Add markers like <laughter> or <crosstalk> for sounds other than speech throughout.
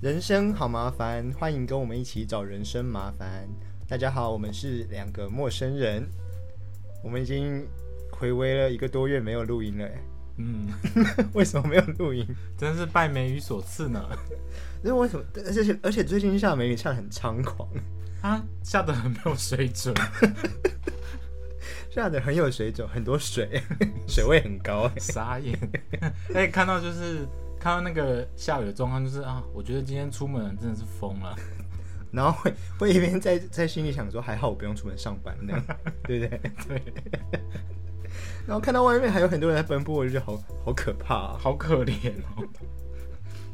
人生好麻烦，欢迎跟我们一起找人生麻烦。大家好，我们是两个陌生人，我们已经回归了一个多月没有录音了， <laughs> 哎，嗯，为什么没有录音？真是拜梅雨所赐呢。因为为什么？而且而且最近下梅雨下的很猖狂，啊，下得很没有水 <laughs> 准，下的很有水准，很多水， <laughs> 水位很高。哎傻眼。 <laughs> 哎、看到就是看到那个下雨的状况，就是啊，我觉得今天出门真的是疯了。然后会会一边在在心里想说，还好我不用出门上班，那样 <laughs> 对不对？对，然后看到外面还有很多人在奔波，我就觉得好好可怕、啊。好可怜哦。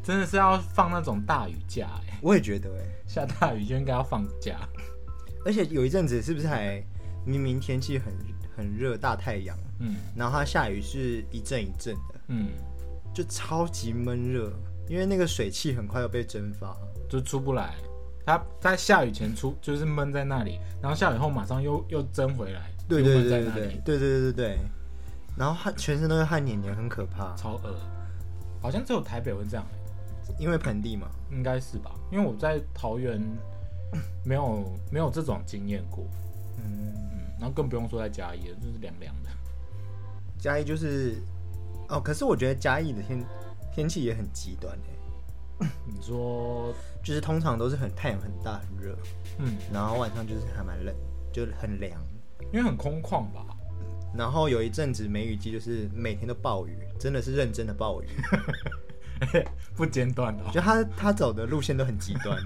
真的是要放那种大雨假哎、我也觉得哎、下大雨就应该要放假。而且有一阵子是不是还明明天气很很热，大太阳，嗯然后它下雨是一阵一阵的，嗯，就超级闷热，因为那个水汽很快要被蒸发。就出不来。他他下雨前出就是闷在那里，然后下雨后马上又又蒸回来，对又对闷对在对那对里，对对对对。然后汗全身都是汗黏黏，很可怕，超恶。好像只有台北会这样、欸因为盆地嘛。应该是吧，因为我在桃 <laughs> 园没有没有这种经验过，嗯，嗯，然后更不用说在嘉义了，就是凉凉的， <laughs> 嘉义就是哦，可是我觉得嘉义的天天气也很极端哎、你说，就是通常都是很太阳很大很热，嗯，然后晚上就是还蛮冷，就是很凉。因为很空旷吧，然后有一阵子梅雨季，就是每天都暴雨，真的是认真的暴雨。 <laughs> 不间断的哦、就他他走的路线都很极端，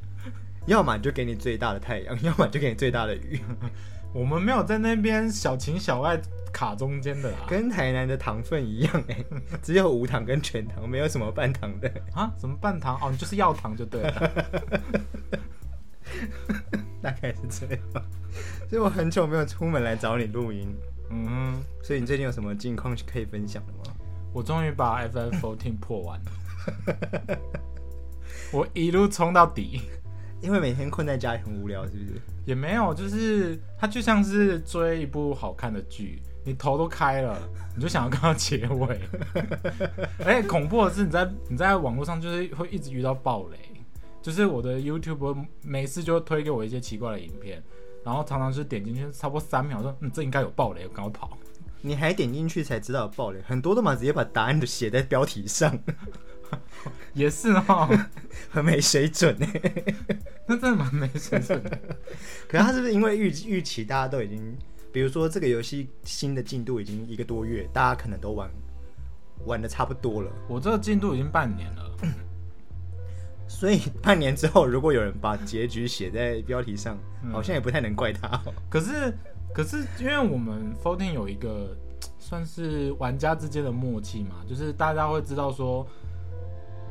<laughs> 要么就给你最大的太阳， <laughs> 要么就给你最大的雨， <laughs> 我们没有在那边小情小爱卡中间的啦，跟台南的糖分一样哎、 <laughs> 只有无糖跟全糖，没有什么半糖的。 <laughs> 啊，什么半糖哦，你就是要糖就对 <laughs> 了，大概是这样。 <laughs> 所以我很久没有出门来找你录音，嗯所以你最近有什么近况是可以分享的吗？哼，我终于把 FF fourteen 破完了， <laughs> 我一路冲到底。因为每天困在家里很无聊，是不是？也没有，就是它就像是追一部好看的剧，你头都开了，你就想要看到结尾。而且恐怖的是，你在你在网络上就是会一直遇到暴雷，就是我的 YouTube 每次就会推给我一些奇怪的影片，然后常常是点进去差不多三秒说，嗯，这应该有暴雷，我赶快跑。你还点进去才知道有爆雷，很多都嘛直接把答案都写在标题上， <laughs> 也是哦，很没水准哎、那真的蛮没水准的。可是他是不是因为预预期大家都已经，比如说这个游戏新的进度已经一个多月，大家可能都玩玩的差不多了，我这个进度已经半年了，所以半年之后如果有人把结局写在标题上，好像也不太能怪他、哦。可是，可是因为我们 Fourteen 有一个算是玩家之间的默契嘛，就是大家会知道说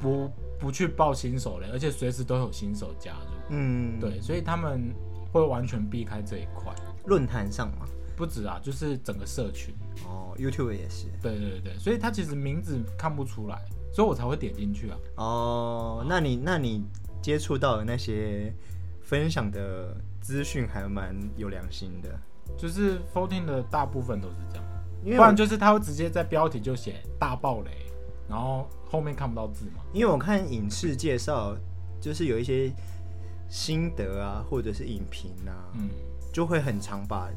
不不去报新手嘞，而且随时都有新手加入，嗯，对，，所以他们会完全避开这一块。论坛上嘛，不止啊，就是整个社群，哦，YouTube 也是，对对对对，所以他其实名字看不出来，所以我才会点进去啊。哦，那你那你接触到的那些分享的资讯还蛮有良心的，就是 Fourteen 的大部分都是这样，因为不我然就是他会直接在标题就写大爆雷，然后后面看不到字嘛。因为我看影视介绍，就是有一些心得啊，或者是影评啊，嗯，就会很常把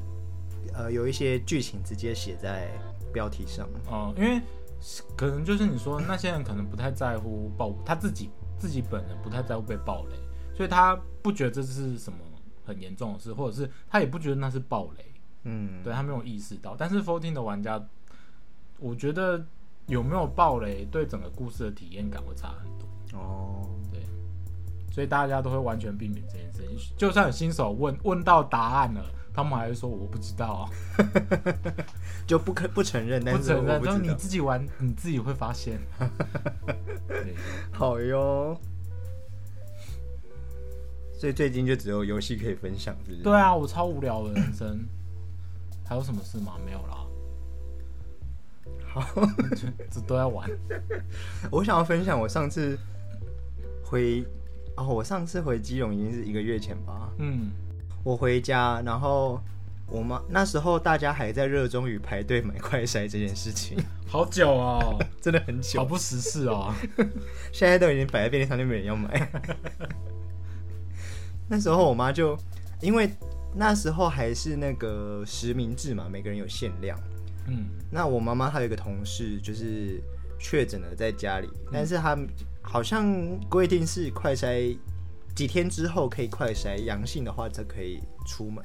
呃有一些剧情直接写在标题上。哦、因为是可能就是你说那些人可能不太在乎爆，他自己自己本人不太在乎被爆雷，所以他不觉得这是什么很严重的事，或者是他也不觉得那是爆雷，嗯，对他没有意识到。但是 Fourteen 的玩家，我觉得有没有爆雷对整个故事的体验感会差很多，哦，对，所以大家都会完全避免这件事情。就算有新手问问到答案了，他们还会说我不知道啊，就不可不承认，但不是承我认，不就是知你道。自己玩你自己会发现。啊对。好哟。所以最近就只有游戏可以分享，是不是？对啊，我超无聊的人生， <clears throat> 还有什么事吗？没有啦，好， <laughs> 这都在玩。我想要分享我上次回哦，我上次回基隆已经是一个月前吧。嗯我回家，然后我们那时候大家还在热衷于排队买快筛这件事情，好久哦，真的很 <laughs> 好久，不时事 <laughs> 哦。现在都已经摆在便利商店，没人要买。 <laughs> 那时候我妈就因为那时候还是那个实名制嘛，每个人有限量。嗯，那我妈妈她有一个同事就是确诊了在家里，但是她好像规定是快筛几天之后可以快筛，阳性的话才可以出门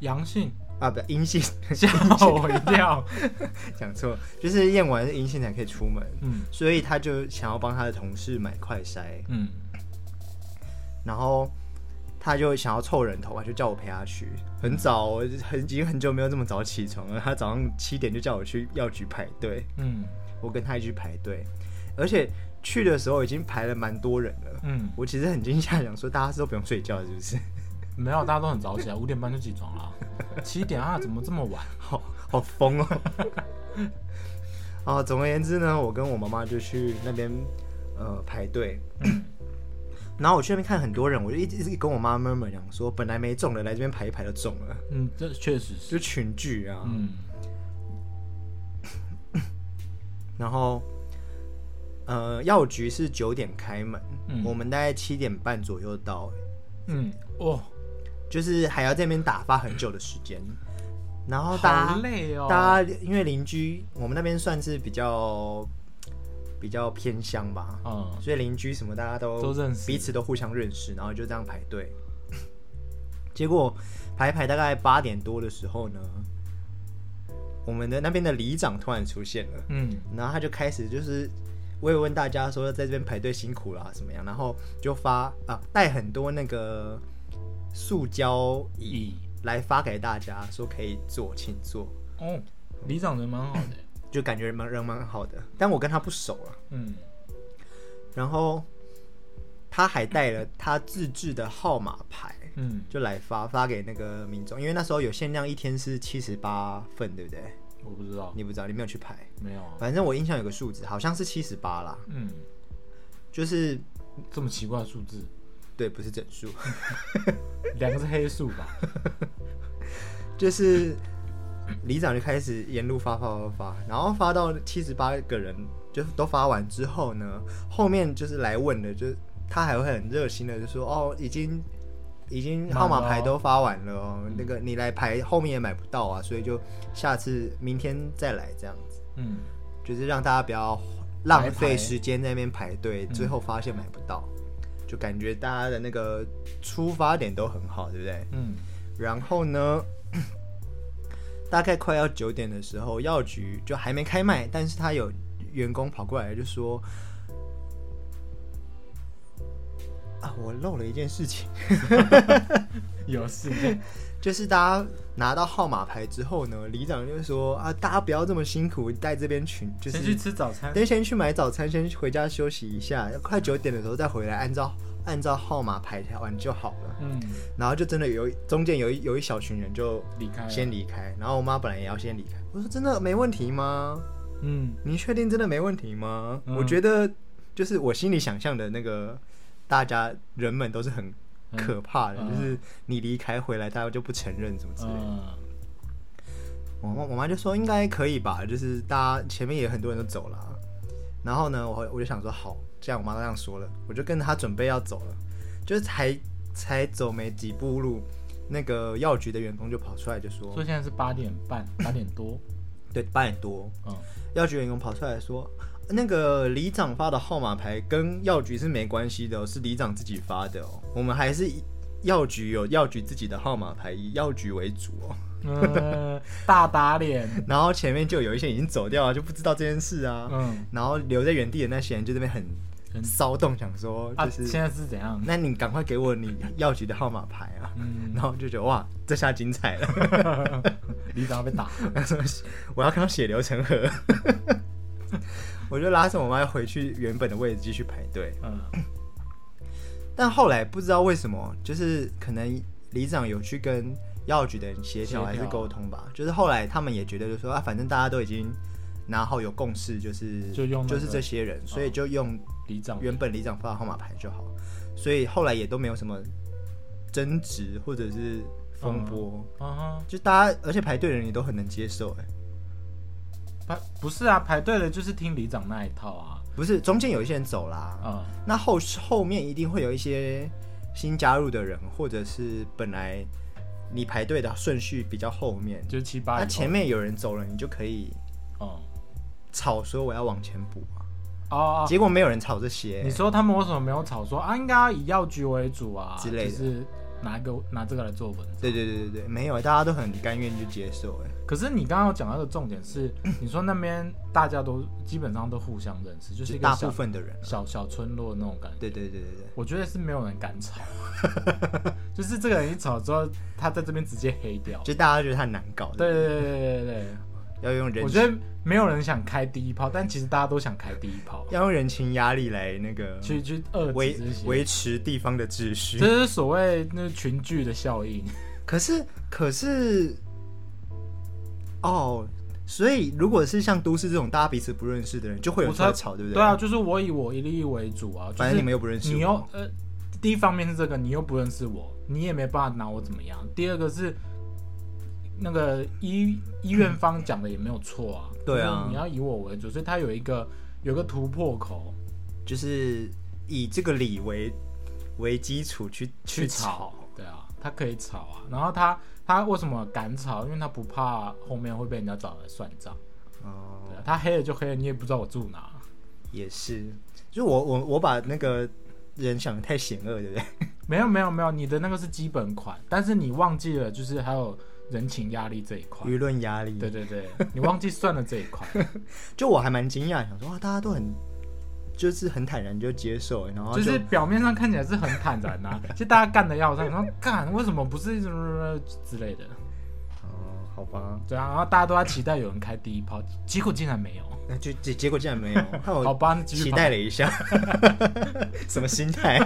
阳 <laughs> 性啊，不阴性，吓我一跳。 <laughs> 讲错，就是验完阴性才可以出门，嗯所以她就想要帮她的同事买快筛，嗯，然后。她就想要凑人头啊，就叫我陪她去。很早，我很已经很久没有这么早起床了。她早上七点就叫我去药局排队，嗯我跟他一起排队，而且去的时候已经排了蛮多人了。嗯，我其实很惊吓，想说大家是都不用睡觉是不是？没有，大家都很早起来，五点半就起床了。七点啊，怎么这么晚？好好疯哦！ <laughs> 啊，总而言之呢，我跟我妈妈就去那边呃排队，然后我去那边看很多人，我就一直一直跟我妈妈们讲说，本来没中的来这边排一排就中了，嗯，这确实是。就群聚啊。 <laughs> 嗯然后呃，药局是九点开门，嗯我们大概七点半左右到，欸嗯，哦，就是还要在那边打发很久的时间，然后大好家、累哦。大家因为邻居，我们那边算是比较比较偏乡吧，嗯，所以邻居什么大家都都认识彼此都互相认识，然后就这样排队。 <laughs> 结果排一排大概八点多的时候呢，我们的那边的里长突然出现了，嗯然后他就开始就是我也问大家说在这边排队辛苦啦、怎么样，然后就发啊带很多那个塑胶椅椅来发给大家，说可以坐，请坐，哦，里长人蛮好的。就感觉蛮人蛮好的，但我跟他不熟啊，嗯，然后他还带了他自制的号码牌。嗯，就来发发给那个民众，因为那时候有限量，一天是七十八份，对不对？我不知道，你不知道，你没有去排。没有啊。反正我印象有个数字，好像是七十八啦，嗯，就是这么奇怪的数字，对，不是整数。两个是黑数吧？ <laughs> 就是里长就开始沿路发发发发，然后发到七十八个人，就是都发完之后呢，后面就是来问的，就是他还会很热心的就说哦，已经已经号码牌都发完了哦，那个你来排后面也买不到啊，所以就下次明天再来这样子，嗯，就是让大家不要浪白排费时间在那边排队，最后发现买不到，就感觉大家的那个出发点都很好，对不对？嗯，然后呢， <coughs> 大概快要九点的时候，药局就还没开卖，但是他有员工跑过来就说：“啊，我漏了一件事情， <laughs> 有事件。就是大家拿到号码牌之后呢，里长就说啊，大家不要这么辛苦，在这边群就先去是吃早餐。先先去买早餐，先回家休息一下，快九点的时候再回来，按照按照号码排完就好了。”嗯，然后就真的有一中间有一有一小群人就离开了先离开，然后我妈本来也要先离开，我说真的没问题吗？嗯，你确定真的没问题吗？嗯我觉得就是我心里想象的那个大家人们都是很嗯可怕的，嗯就是你离开回来，大家就不承认什么之类的。嗯，我妈我妈就说应该可以吧，就是大家前面也很多人都走了啊，然后呢，我我就想说好，既然我妈都这样说了，我就跟着她准备要走了，就是才才走没几步路，那个药局的员工就跑出来就说所，以现在是八点半， <laughs> 八点多。对，八点多， <laughs> 嗯，药局员工跑出来说，那个里长发的号码牌跟药局是没关系的、哦，是里长自己发的哦，我们还是以药局有药局自己的号码牌，以药局为主哦。嗯，大打 <laughs> 脸。然后前面就有一些已经走掉了，就不知道这件事啊。嗯，然后留在原地的那些人就这边很很骚动，想说啊，就是，现在是怎样？那你赶快给我你药局的号码牌啊！嗯， <laughs> 然后就觉得哇，这下精彩了， <laughs> 里长被打。我要看到血流成河。 <laughs> 我就拉着我妈回去原本的位置继续排队，嗯但后来不知道为什么，就是可能里长有去跟药局的人协调协调还是沟通吧，就是后来他们也觉得就说啊，反正大家都已经拿好有共识，就是就用那个哦是这些人，所以就用里长。原本里长发的号码牌就好，所以后来也都没有什么争执或者是风波，啊就大家而且排队的人也都很能接受、哎，哈，排不是啊，排队的就是听里长那一套啊，不是中间有一些人走啦，嗯，那后后面一定会有一些新加入的人，或者是本来你排队的顺序比较后面，就是七八以那后，前面有人走了，你就可以哦吵说我要往前补啊，哦哦，结果没有人吵这些、你说他们为什么没有吵说啊？应该要以药局为主啊之类的就是拿一个拿这个来做文章。对对对对对，没有，大家都很甘愿去接受、哎，可是你刚刚有讲到的重点是，你说那边大家都基本上都互相认识，就是一就个大小部分的人，啊小小村落那种感觉。对对对对对，我觉得是没有人敢 <laughs> 吵，就是这个人一吵之后，他在这边直接黑掉。就大家觉得他难搞，对对对对对对要用人对，我觉得没有人想开第一炮，但其实大家都想开第一炮，要用人情压力来那个去去遏维制这些，维持地方的秩序这。是所谓那群聚的效应。可是可是，哦，所以如果是像都市这种大家彼此不认识的人，就会有我人出来才吵，对不对？对啊，，就是我以我一利益为主啊，就是反正你们又不认识我你又呃，第一方面是这个，你又不认识我，你也没办法拿我怎么样。第二个是那个医医院方讲的也没有错啊， <laughs> 对啊就是你要以我为主，所以他有一个有一个突破口就是以这个理为为基础去去吵，对啊，他可以吵啊。然后他他为什么敢吵？因为他不怕后面会被人家找来算账，哦对、啊，他黑了就黑了，你也不知道我住哪。也是，就是我我我把那个人想的太险恶，对不对？没有没有没有，你的那个是基本款，但是你忘记了，就是还有人情压力这一块。舆论压力，对，对对，你忘记算了这一 <laughs> 块。就我还蛮惊讶，想说哇，大家都很就是很坦然就接受，然后哦就就是表面上看起来是很坦然呐、其实大家干的要上，说干为什么不是之类的，哦，好吧，对啊，然后大家都在期待有人开第一炮，结果竟然没有，那就结结果竟然没有， <laughs> 看好我吧，那继续期跑待了一下， <laughs> 什么心 <laughs> 态？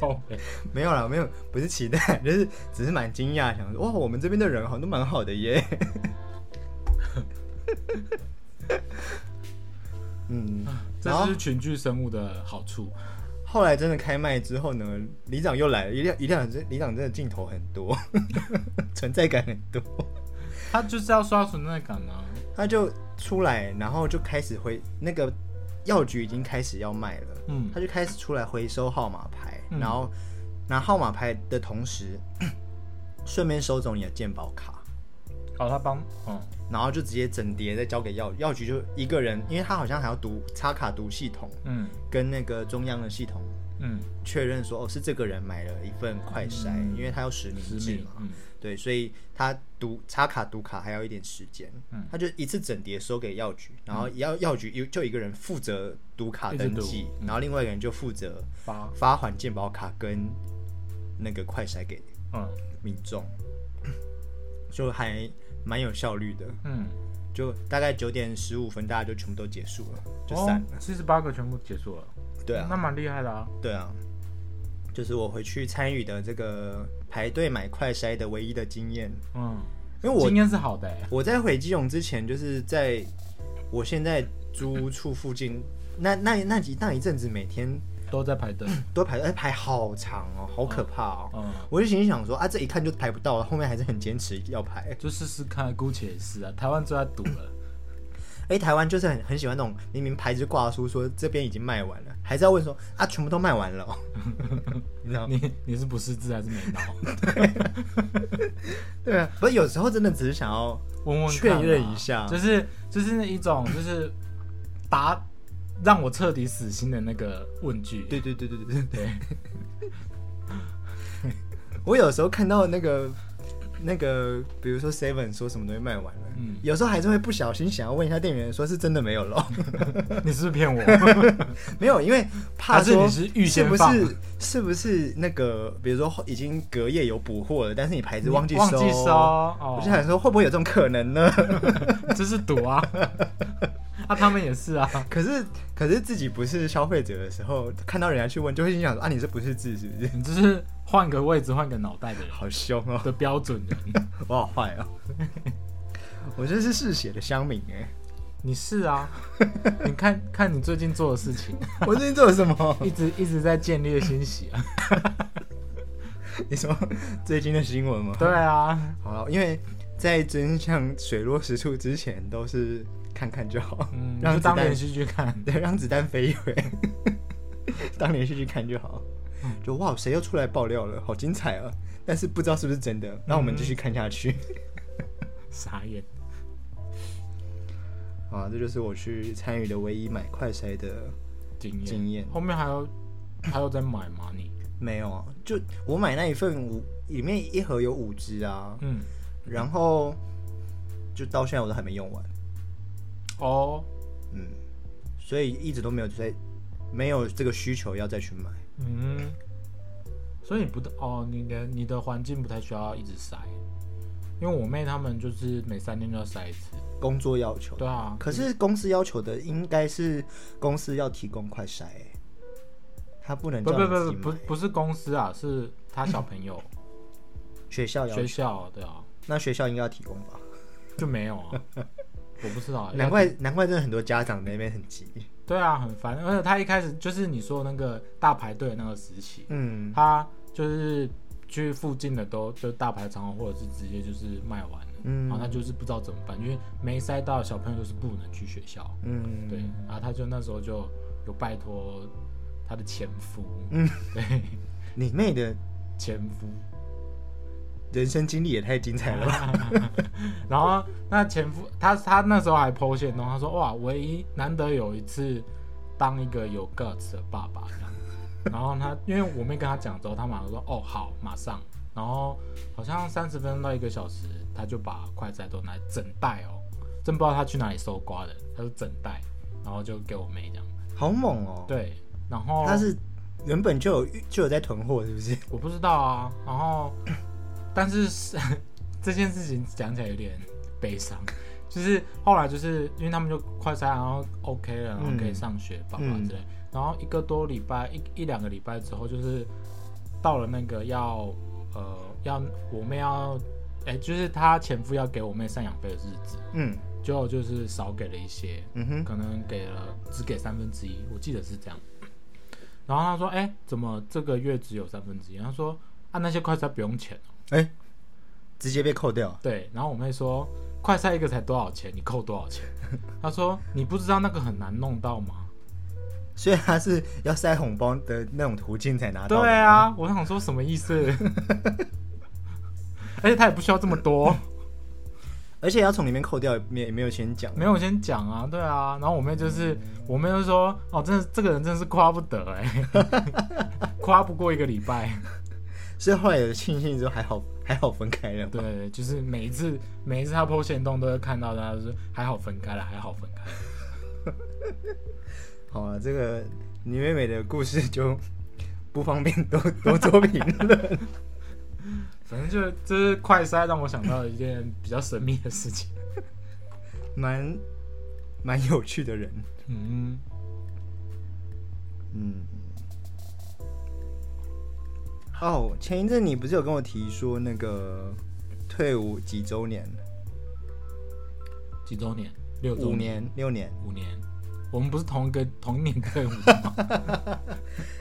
靠北没有啦，没有，不是期待，就是只是蛮惊讶，想说哇，我们这边的人好像都蛮好的耶。 <laughs> 嗯，这然后就是群聚生物的好处。后来真的开麦之后呢，里长又来了，一辆一辆真里长真的镜头很多， <laughs> 存在感很多，他就是要刷存在感啊，他就出来，然后就开始回那个药局已经开始要卖了，嗯他就开始出来回收号码牌，嗯然后拿号码牌的同时， <clears throat> 顺便收走你的健保卡。好，他帮，嗯，然后就直接整叠再交给药药局，就一个人，因为他好像还要读插卡读系统嗯跟那个中央的系统嗯，确认说，哦，是这个人买了一份快筛，嗯因为他要实名十制米嘛，，嗯，对，所以他读插卡读卡还要一点时间，嗯他就一次整叠收给药局，然后药药局有就一个人负责读卡一直登读记，嗯然后另外一个人就负责八，发还健保卡跟那个快筛给嗯民众， <clears throat> 就还蛮有效率的。嗯，就大概九点十五分，大家就全部都结束了，就散了。七十哦八个全部结束了，对啊，哦那蛮厉害的啊，对啊，就是我回去参与的这个排队买快筛的唯一的经验，嗯，因为我经验是好的、欸，我在回基隆之前，就是在我现在租屋处附近，那那那几那一阵子，每天都在排队， <laughs> 都排，哎，排好长哦，好可怕哦。嗯。我就心里想说啊，这一看就排不到了，后面还是很坚持要排。就试试看，姑且试啊。台湾最爱赌 <laughs> 了，哎、台湾就是很很喜欢那种明明牌子挂出说这边已经卖完了，还是要问说啊，全部都卖完了哦、 <laughs> 你知道吗？你你是不识字还是没 <laughs> 脑？对啊，不是有时候真的只是想要，问问看啊确认一下就是就是那一种就是答让我彻底死心的那个问句。对对对对对对。对， <laughs> 我有时候看到那个那个，比如说 Seven 说什么东西卖完了，嗯有时候还是会不小心想要问一下店员，说是真的没有了，你是不是骗我？ <laughs> 没有，因为怕还是说你是预先不放是是不是那个，比如说已经隔夜有补货了，但 <laughs> 是你牌子忘记收， <laughs> 忘记收，我哦就，想说会不会有这种可能呢？ <laughs> <laughs> 这是赌啊！啊，他们也是啊，可是可是自己不是消费者的时候，看到人家去问，就会心想说啊，你这不是字是不是？你这是换个位置换个脑袋的人好凶哦，的标准人。我好坏哦， <laughs> 我这是嗜血的乡民哎、你是啊，你看看你最近做的事情， <laughs> 我最近做了什么？一直一直在建立新喜啊。 <laughs> 你说最近的新闻吗？ <laughs> 对啊，好了，因为在真相水落石出之前，都是看看就好，嗯，让就子当弹连续剧看。 <laughs> 对，让子弹飞一回， <laughs> 当连续剧看就好。就哇，谁又出来爆料了，好精彩啊！但是不知道是不是真的，那我们继续看下去。 <laughs> 傻眼。啊，这就是我去参与的唯一买快筛的。经验。经验后面还有还有在买吗？你？没有啊，就我买那一份五，里面一盒有五支啊，嗯，然后就到现在我都还没用完，哦，嗯，所以一直都没有在没有这个需求要再去买。嗯，所以你不哦，你的你的环境不太需要一直晒，因为我妹她们就是每三天就要晒一次。工作要求，对啊，可是公司要求的应该是公司要提供快筛、欸，他不能不叫不你自己不买不不是公司啊，是她小 <laughs> 朋友学校要学求，校，对啊，那学校应该要提供吧？就没 <laughs> 有啊，我不知道啊，难怪难怪，真的很多家长在那边很急。对啊，很烦，而且她一开始就是你说那个大排队的那个时期，嗯，她就是去附近的都就大排长龙，或者是直接就是卖完了，嗯然后他就是不知道怎么办，因为没塞到的小朋友就是不能去学校，嗯，对，然后他就那时候就有拜托他的前夫，嗯， <laughs> 对，你妹的前夫，人生经历也太精彩了 <laughs> 吧！然后那前夫他他那时候还剖线，然后他说哇，唯一难得有一次当一个有 guts 的爸爸这样，然后他因为我妹跟他讲之后，他马上说哦好，马上，然后好像三十分钟到一个小时，他就把快餐都拿来整袋哦，真不知道他去哪里搜刮的，他是整袋，然后就给我妹这样，好猛哦、对，然后他是原本就有预就有在囤货，是不是？我不知道啊，然后但是是 <laughs> 这件事情讲起来有点悲伤，就是后来就是因为他们就快筛，然后 OK 了，然后可以上学，爸爸之类，然后一个多礼拜一一两个礼拜之后，就是到了那个要呃要我妹要哎、就是她前夫要给我妹赡养费的日子，嗯结果就是少给了一些，嗯哼，可能给了只给三分之一，我记得是这样。然后他说：“哎、怎么这个月只有三分之一？”他说：“啊，那些快餐不用钱哦、哎、直接被扣掉。对，然后我妹说：“快餐一个才多少钱？你扣多少钱？” <laughs> 他说：“你不知道那个很难弄到吗所以他是要塞红包的那种途径才拿？”对到。，啊，我想说什么意思？ <laughs> 而且他也不需要这么多，而且要从里面扣掉，也没也没有先讲。没有我先讲啊，对啊。然后我妹就是，我妹就说：“哦，真的，这个人真的是夸不得哎、 <laughs> 夸不过一个礼拜。”所以后来有庆幸之后，还好 <laughs> 还好分开了。，对，就是每一次每一次他剖线洞都会看到他就是还好分开了，还好分开了。好了，这个你妹妹的故事就不方便多 <laughs> 多做评论。反正就就是快筛让我想到一件比较神秘的事情。蛮蛮有趣的人， <laughs> 嗯，嗯。哦，前一阵你不是有跟我提说那个退伍几周年？几周年？六周五？年、六年，五年？我们不是同一个同一年退伍的吗？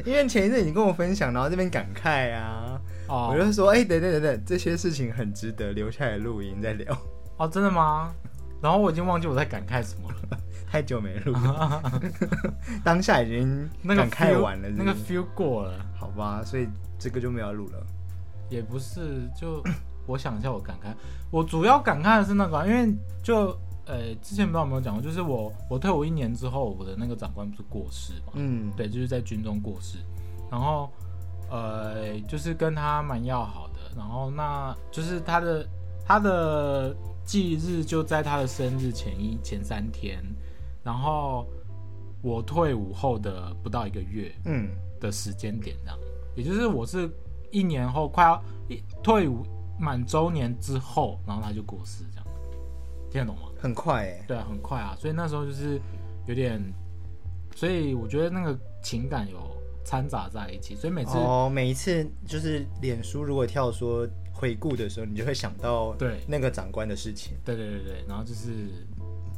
因为前一阵你跟我分享，然后这边感慨啊， <laughs> 哦我就说，哎、等等等等，这些事情很值得留下来录音再聊。 <laughs> 哦，真的吗？然后我已经忘记我在感慨什么 <laughs> 了。太久没 <laughs> 录了，当下已经那个感慨 feel- 完了是不那是个 feel 过了，好吧，所以这个就没有要录了。也不是就。 <coughs> 我想一下，我感慨，我主要感慨的是那个啊，因为就呃，之前不知道有没有讲过，就是我我退伍一年之后，我的那个长官不是过世嘛，嗯，对，就是在军中过世，然后呃，就是跟他蛮要好的，然后那就是他的他的忌日就在他的生日前一前三天，然后我退伍后的不到一个月嗯，的时间点这样，也就是我是一年后快要一退伍满周年之后，然后他就过世这样，听得懂吗？很快哎、对啊，很快啊，所以那时候就是有点，所以我觉得那个情感有掺杂在一起，所以每次、哦，每一次就是脸书如果跳说回顾的时候，你就会想到对那个长官的事情。对对对对，然后就是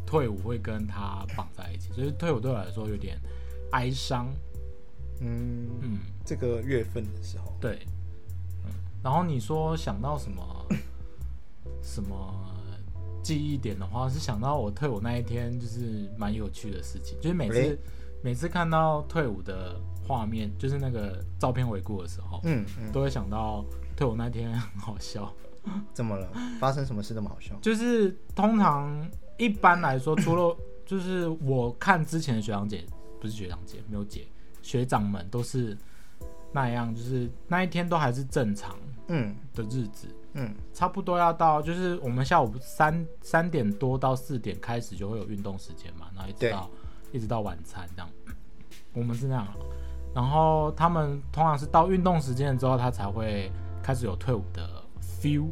退伍会跟他绑在一起，所以退伍对我来说有点哀伤，嗯，嗯，这个月份的时候，对，嗯，然后你说想到什么什么记忆点的话，是想到我退伍那一天，就是蛮有趣的事情，就是每次、诶每次看到退伍的画面，就是那个照片回顾的时候，嗯嗯，都会想到退伍那天很好笑。怎么了？发生什么事这么好笑？就是通常一般来说，除了就是我看之前的学长姐，不是学长姐，没有姐，学长们都是那样，就是那一天都还是正常嗯的日子，嗯差不多要到就是我们下午三三点多到四点开始就会有运动时间嘛，然后一直对到一直到晚餐这样， <coughs> 我们是那样啊。然后他们通常是到运动时间了之后，他才会开始有退伍的 feel，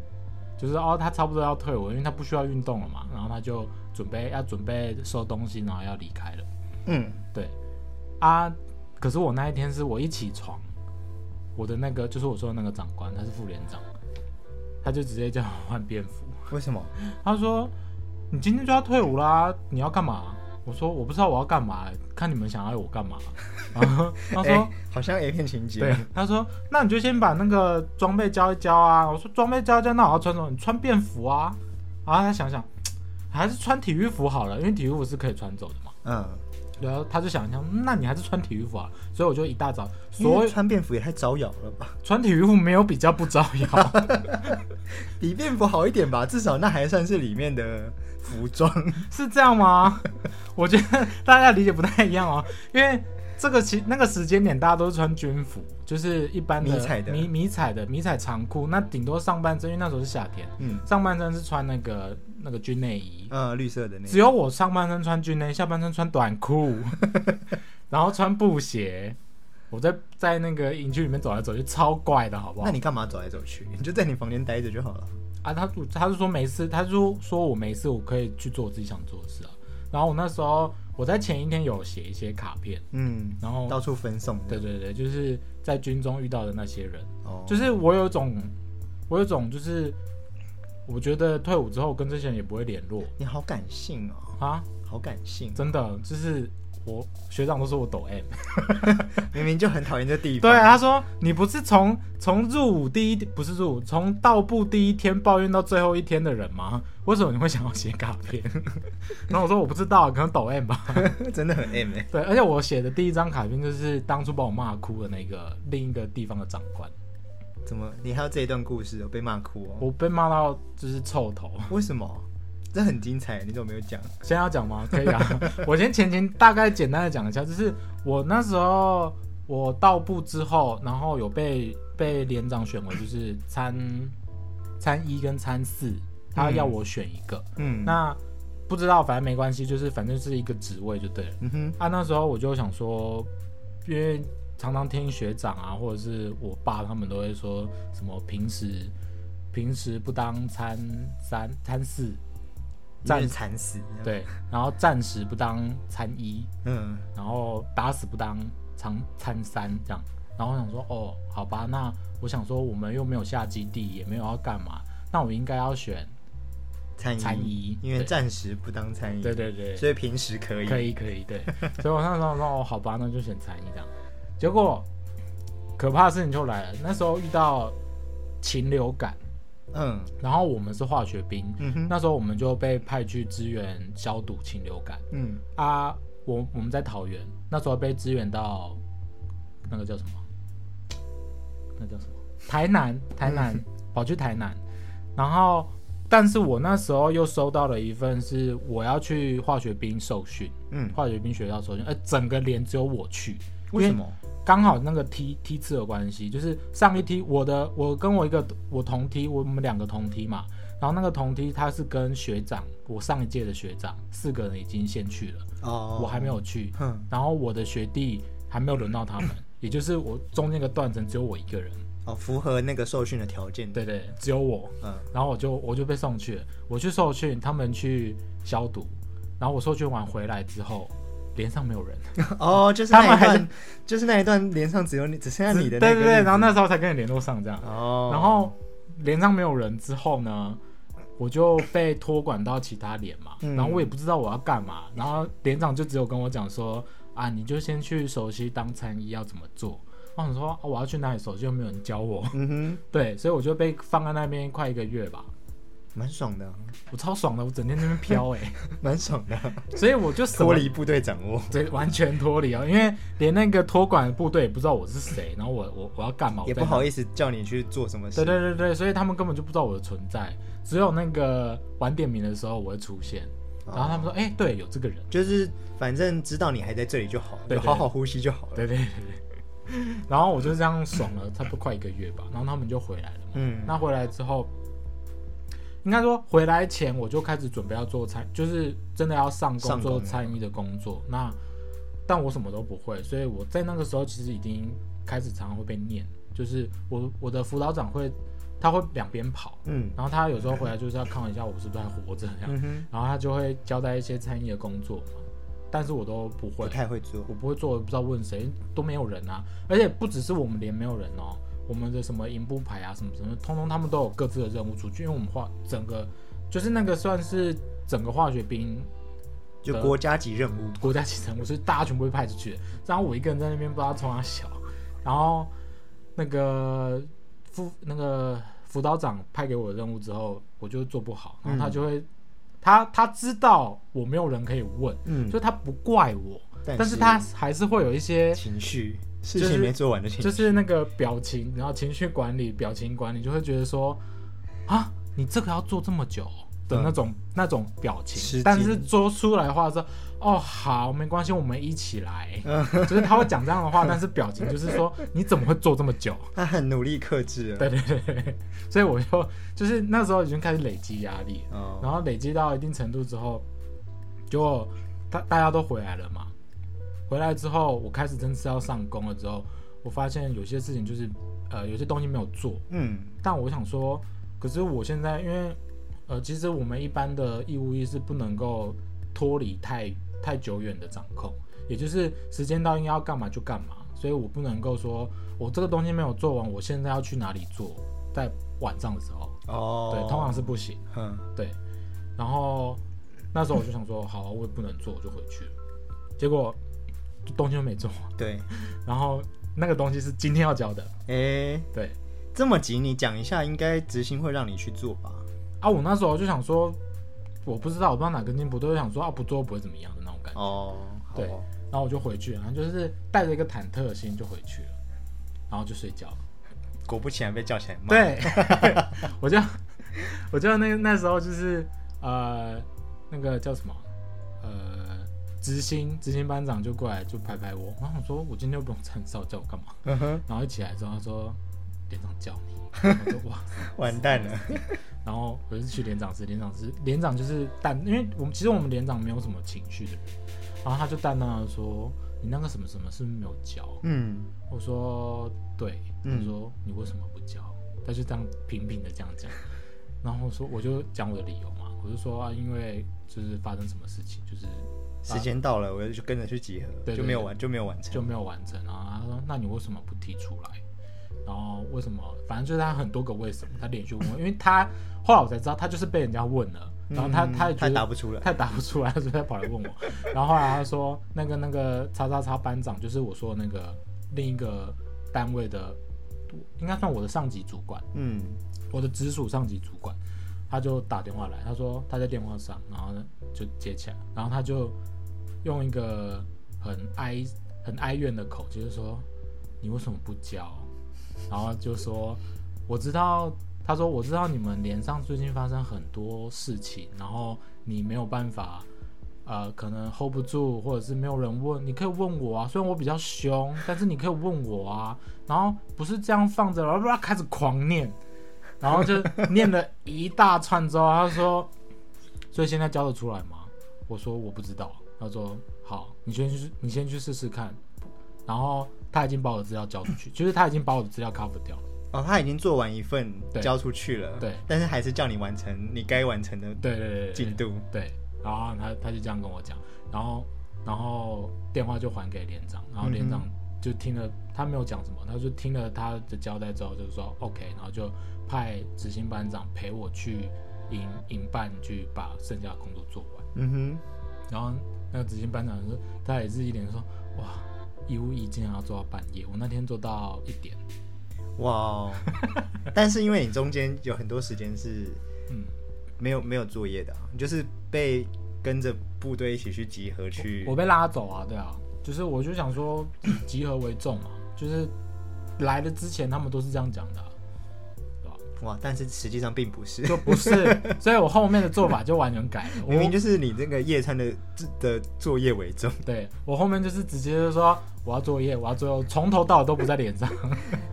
就是哦，他差不多要退伍，因为他不需要运动了嘛，然后他就准备要准备收东西，然后要离开了。嗯，对啊，可是我那一天是我一起床，我的那个就是我说的那个长官，他是副连长，他就直接叫我换便服。为什么？他说：“你今天就要退伍啦，你要干嘛？”我说：“我不知道我要干嘛，看你们想要我干嘛。”然后他说：“诶哎好像 A 片情节。 <laughs> 对，啊他说那你就先把那个装备交一交啊。我说装备交一交，那我要穿什么？你穿便服啊。然后他想想，还是穿体育服好了，因为体育服是可以穿走的嘛。嗯，然后啊他就想一想，那你还是穿体育服啊。所以我就一大早，所所以以穿便服也太招摇了吧？穿体育服没有比较不招 <laughs> 摇。比便服好一点吧，至少那还算是里面的服 <laughs> 装。是这样吗？ <laughs> 我觉得大家理解不太一样哦，因为这个其那个时间点大家都是穿军服，就是一般的迷彩的迷迷彩的迷彩长裤，那顶多上半身，因为那时候是夏天，嗯上半身是穿那个那个军内衣，呃，绿色的那只有我上半身穿军内，下半身穿短裤， <laughs> 然后穿布鞋。我在在那个营区里面走来走去，超怪的，好不好那？你干嘛走来走去？你就在你房间待着就好了。啊，他就他就说没事，他就说我没事，我可以去做我自己想做的事啊。然后我那时候我在前一天有写一些卡片，嗯，然后到处分送的。哦对对对，就是在军中遇到的那些人，哦，就是我有一种我有一种就是我觉得退伍之后跟这些人也不会联络你好感性哦，啊，好感性，真的就是我学长都说我抖 M，明明就很讨厌这地方。对，啊他说你不是从从入伍第一不是入伍从到部第一天抱怨到最后一天的人吗？为什么你会想要写卡片？ <laughs> 然后我说我不知道，可能抖 M 吧。真的很 M 哎、对，而且我写的第一张卡片就是当初把我骂哭的那个另一个地方的长官，怎么你还有这一段故事、哦？被骂哭哦？我被骂到就是臭头。为什么？这很精彩，你怎么没有讲？先要讲吗？可以啊， <laughs> 我先前前大概简单的讲一下，就是我那时候我到部之后，然后有被被连长选为就是参参一跟参四，他要我选一个，嗯，那不知道反正没关系，就是反正是一个职位就对了。嗯哼，啊，那时候我就想说，因为常常听学长啊，或者是我爸他们都会说什么平时平时不当参三参四，战战惨死。，对，然后暂时不当参一，嗯，然后打死不当参参三这样。然后我想说，哦，好吧，那我想说我们又没有下基地，也没有要干嘛，那我应该要选。参参议因为对暂时不当参议，对对对，所以平时可以。可以可以， <laughs> 对。所以我那时候说哦，好吧，那就选餐饮这样。结果可怕的事情就来了，那时候遇到禽流感，嗯然后我们是化学兵，嗯哼，那时候我们就被派去支援消毒禽流感嗯，啊。我我们在桃园，那时候被支援到那个叫什么？那叫什么？台南，台南，跑去台南，然后。但是我那时候又收到了一份，是我要去化学兵受训，嗯，化学兵学校首训，呃，整个连只有我去，为什么？刚好那个梯梯次的关系，就是上一梯我的我跟我一个我同梯，我们两个同梯嘛，然后那个同梯他是跟学长，我上一届的学长，四个人已经先去了，哦，我还没有去，哼，然后我的学弟还没有轮到 <laughs> 他们，也就是我中间一个断层只有我一个人，哦，符合那个受训的条件。，对对，只有我，嗯然后我就我就被送去了，我去受训，他们去消毒，然后我受训完回来之后，连上没有人。哦，就是他那们一还段，就是那一段连上只有你，只剩下你 <laughs> 的那个对对对，例子然后那时候才跟你联络上这样，哦，然后连上没有人之后呢，我就被托管到其他连嘛，嗯然后我也不知道我要干嘛，然后连长就只有跟我讲说啊，你就先去熟悉当参议要怎么做，我想说、哦我要去哪里，手机又没有人教我， <laughs> 嗯哼，对，所以我就被放在那边快一个月吧，蛮爽的啊、我超爽的，我整天在那边飘 <laughs> 哎、欸蛮爽的啊、 <laughs> 所以我就什脱么离部队掌握，对，完全脱离哦，因为连那个托管部队也不知道我是谁，然后我我我要干嘛， <laughs> 也不好思。意思叫你去做什么事。对对对对，所以他们根本就不知道我的存在，只有那个晚点名的时候我会出现，哦然后他们说，哎、对，有这个人，就是反正知道你还在这里就好，对就对好好呼吸就好了。对对对对，然后我就这样爽了差不多快一个月吧，然后他们就回来了嘛。嗯，那回来之后，应该说回来前我就开始准备要做餐，就是真的要上工上做工了餐饮的工作。那但我什么都不会，所以我在那个时候其实已经开始常常会被念，就是我我的辅导长会他会两边跑，嗯然后他有时候回来就是要看一下我是不是还活着这样，嗯哼，然后他就会交代一些餐饮的工作嘛，但是我都不不会，太会做我不会做，我不知道问谁，都没有人啊，而且不只是我们连没有人哦，我们的什么营部牌啊什么什么，通通他们都有各自的任务出去，因为我们化整个就是那个算是整个化学兵就国家级任务。国家级任务，所以大家全部被派出去，然后我一个人在那边不知道从哪小，然后那个副那个辅导长派给我的任务之后，我就做不好，然后他就会、他他知道我没有人可以问，嗯，就他不怪我，但是他还是会有一些情绪事是情没做完的情绪，就是那个表情，然后情绪管理、表情管理，就会觉得说啊，你这个要做这么久哦的嗯那种、那种表吃情惊，但是说出来的话是哦，好，没关系，我们一起来， <laughs> 就是他会讲这样的话，但是表情就是说你怎么会做这么久？他很努力克制了。对对对对，所以我就就是那时候已经开始累积压力，哦，然后累积到一定程度之后，结果大大家都回来了嘛。回来之后，我开始真是要上工了之后，我发现有些事情就是，呃，有些东西没有做。嗯，但我想说，可是我现在因为，呃，其实我们一般的义务役是不能够脱离太太久远的掌控，也就是时间到应该要干嘛就干嘛，所以我不能够说我这个东西没有做完，我现在要去哪里做，在晚上的时候，哦，对，通常是不行。嗯，对，然后那时候我就想说，好啊，我也不能做，我就回去了。结果就东西都没做，对，然后那个东西是今天要交的，哎，对。这么急，你讲一下，应该执行会让你去做吧？啊，我那时候就想说，我不知道，我不知道哪根筋不对，我想说啊，不做不会怎么样的那种感觉。哦，好对哦，然后我就回去了，然后就是带着一个忐忑的心就回去了，然后就睡觉了。果不其然被叫起来骂。，对， <laughs> 我就我就那那时候就是呃那个叫什么呃执行执行班长就过来就拍拍我，然后我说我今天又不用站哨，叫我干嘛？嗯哼，然后一起来之后他说连长叫你， <laughs> 我说哇，完蛋了。然后我就去连长室，连长室连长就是淡，因为我们其实我们连长没有什么情绪的人，然后他就淡淡的说你那个什么什么是不是没有教？嗯，我说对，嗯他说你为什么不教？他就这样平平的这样 <laughs> 讲，然后我说我就讲我的理由嘛，我就说啊，因为就是发生什么事情，就是时间到了，我就跟着去集合，对就对没有对完，就没有完就成。没有完成啊。他说那你为什么不提出来？然后为什么？反正就是他很多个为什么，他连续问，因为他后来我才知道他就是被人家问了，然后他、嗯他也觉他得答不出来。他打不出来，所以他跑来问我。然后后来他说，那个那个叉叉叉班长，就是我说的那个另一个单位的，应该算我的上级主管，嗯，我的直属上级主管，他就打电话来，他说他在电话上，然后呢就接起来，然后他就用一个很哀很哀怨的口气，就是说你为什么不教？然后就说我知道，他说我知道你们连上最近发生很多事情，然后你没有办法。呃，可能 hold 不住，或者是没有人问，你可以问我啊。虽然我比较凶，但是你可以问我啊。然后不是这样放着，然后开始狂念，然后就念了一大串之后，他说：“所以现在教得出来吗？”我说：“我不知道。”他说：“好，你先去，你先去试试看。”然后他已经把我的资料交出 <laughs> 去，就是他已经把我的资料 cover 掉了。哦，他已经做完一份对交出去了，对，但是还是叫你完成你该完成的对对对对对进度。对，然后他他就这样跟我讲，然后然后电话就还给连长，然后连长就听了，他没有讲什么，他就听了他的交代之后，就是说 OK，然后就派执行班长陪我去营营办去把剩下的工作做完。嗯然后那个执行班长就说，他也是一脸说哇，义务役竟然要做到半夜，我那天做到一点，哇、 <laughs> 哦！但是因为你中间有很多时间是嗯，没有没有作业的啊、你就是被跟着部队一起去集合去。我被拉走啊，对啊，就是我就想说集合为重嘛，就是来的之前他们都是这样讲 <laughs> 的啊、对吧？哇！但是实际上并不是，就不是，所以我后面的做法就完全改 <laughs> 了，我明明就是你这个夜餐的的作业为重，对我后面就是直接就说我要作业，我要作业，从头到尾都不在脸 <laughs> 上。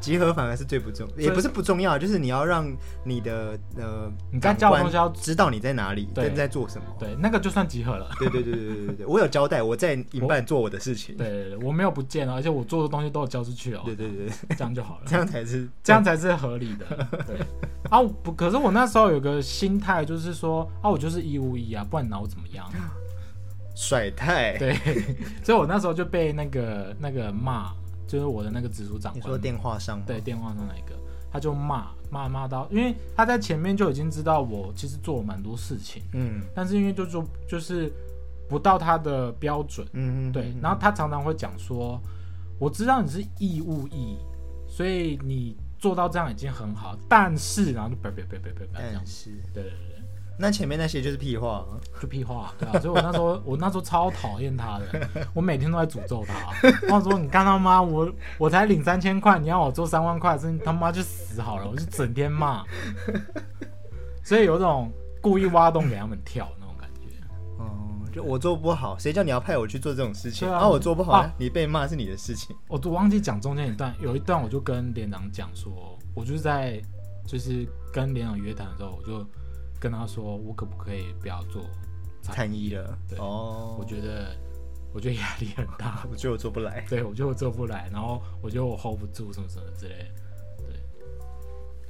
集合反而是最不重，以也不是不重要，就是你要让你的呃，你在长教的官东西要知道你在哪里，对跟在做什么。对，那个就算集合了。对对对对对对对，我有交代，我在营办做我的事情。对对对，我没有不见哦，而且我做的东西都有交出去哦，对对对对，这样就好了，这样才是这样才是 <laughs> 合理的。对啊，我不，可是我那时候有个心态就是说啊，我就是一无一啊，不然拿我怎么样？ <laughs> 甩太。对，所以我那时候就被那个那个骂，就是我的那个直属长你官说骂电话上吗对，电话上那一个，他就骂骂骂到，因为他在前面就已经知道我其实做了蛮多事情，嗯但是因为就就就是不到他的标准，嗯嗯，对嗯，然后他常常会讲说，我知道你是义务役，所以你做到这样已经很好，但是然后就别别别别别别这样但，哎是对对对。对那前面那些就是屁话啊，就屁话，对啊，所以我那时候我那时候超讨厌他的，我每天都在诅咒他。我说你干他妈，我我才领三千块，你要我做三万块的事情，真他妈去死好了！我就整天骂， <laughs> 所以有种故意挖洞给他们跳那种感觉。哦，就我做不好，谁叫你要派我去做这种事情？对啊我做不好，啊你被骂是你的事情。我都忘记讲中间一段，有一段我就跟连长讲说，我就是在就是跟连长约谈的时候，我就跟他说，我可不可以不要做参一了，对哦，我觉得我觉得压力很大。 <laughs> 我觉得我做不来，对，我觉得我做不来，然后我觉得我 hold 不住什么什么之类的。对，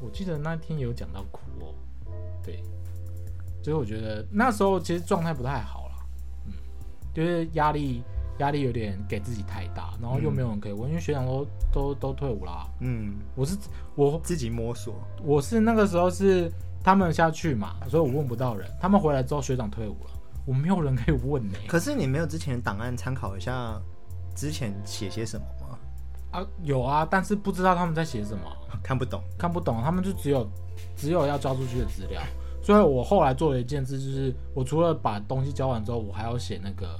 我记得那天有讲到哭哦。对，所以我觉得那时候其实状态不太好啦，嗯，就是压力压力有点给自己太大，然后又没有人可以问，因为学长都都都退伍啦。嗯，我是我自己摸索，我是那个时候是他们下去嘛，所以我问不到人。他们回来之后，学长退伍了，我没有人可以问呢、可是你没有之前的档案参考一下，之前写些什么吗？ <laughs> 啊，有啊，但是不知道他们在写什么啊。看不懂，看不懂，他们就只有只有要交出去的资料。所以我后来做了一件事，就是我除了把东西交完之后，我还要写那个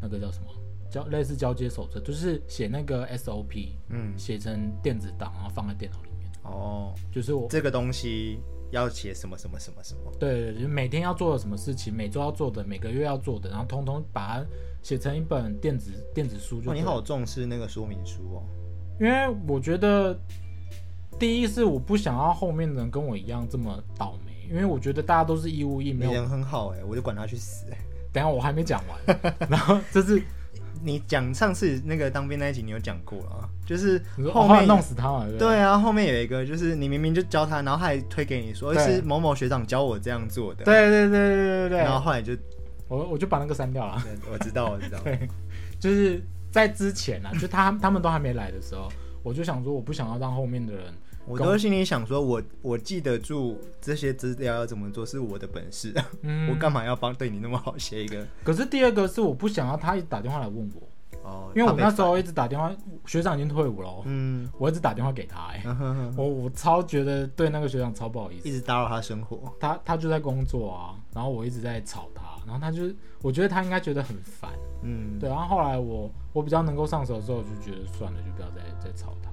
那个叫什么交类似交接手册，就是写那个 SOP，嗯，写成电子档，然后放在电脑里面。哦，就是我这个东西要写什么什么什么什么，对对，就是每天要做的什么事情，每周要做的，每个月要做的，然后通通把它写成一本电子电子书就哇，对了。你好重视那个说明书哦，因为我觉得，第一是我不想要后面的人跟我一样这么倒霉，因为我觉得大家都是义务役，你没有。人很好哎，我就管他去死 <laughs> 哎。等一下我还没讲完， <laughs> 然后这是你讲上次那个当兵那一集，你有讲过啊，就是你 <laughs> 说后哦面弄死他嘛，对不对？对啊，后面有一个就是你明明就教他，然后他还推给你说对是某某学长教我这样做的，，对对对对对对然后对，后来就我我就把那个删掉了。 <laughs> 对我知道我知道，对，就是在之前啊，就 <laughs> 他他们都还没来的时候，我就想说，我不想要让后面的人我都心里想说我我记得住这些资料要怎么做是我的本事，<laughs> 嗯，我干嘛要帮对你那么好写一个可是第二个是我不想要他一直打电话来问我，哦，因为我怕被那时候一直打电话，学长已经退伍了哦，嗯，我一直打电话给他、哎，嗯哼哼我我超觉得对那个学长超不好意思一。直打扰他生活，他他就在工作啊，然后我一直在吵他，然后他就我觉得他应该觉得很烦，嗯，对，然后后来我我比较能够上手之后，我就觉得算了，就不要再再吵他。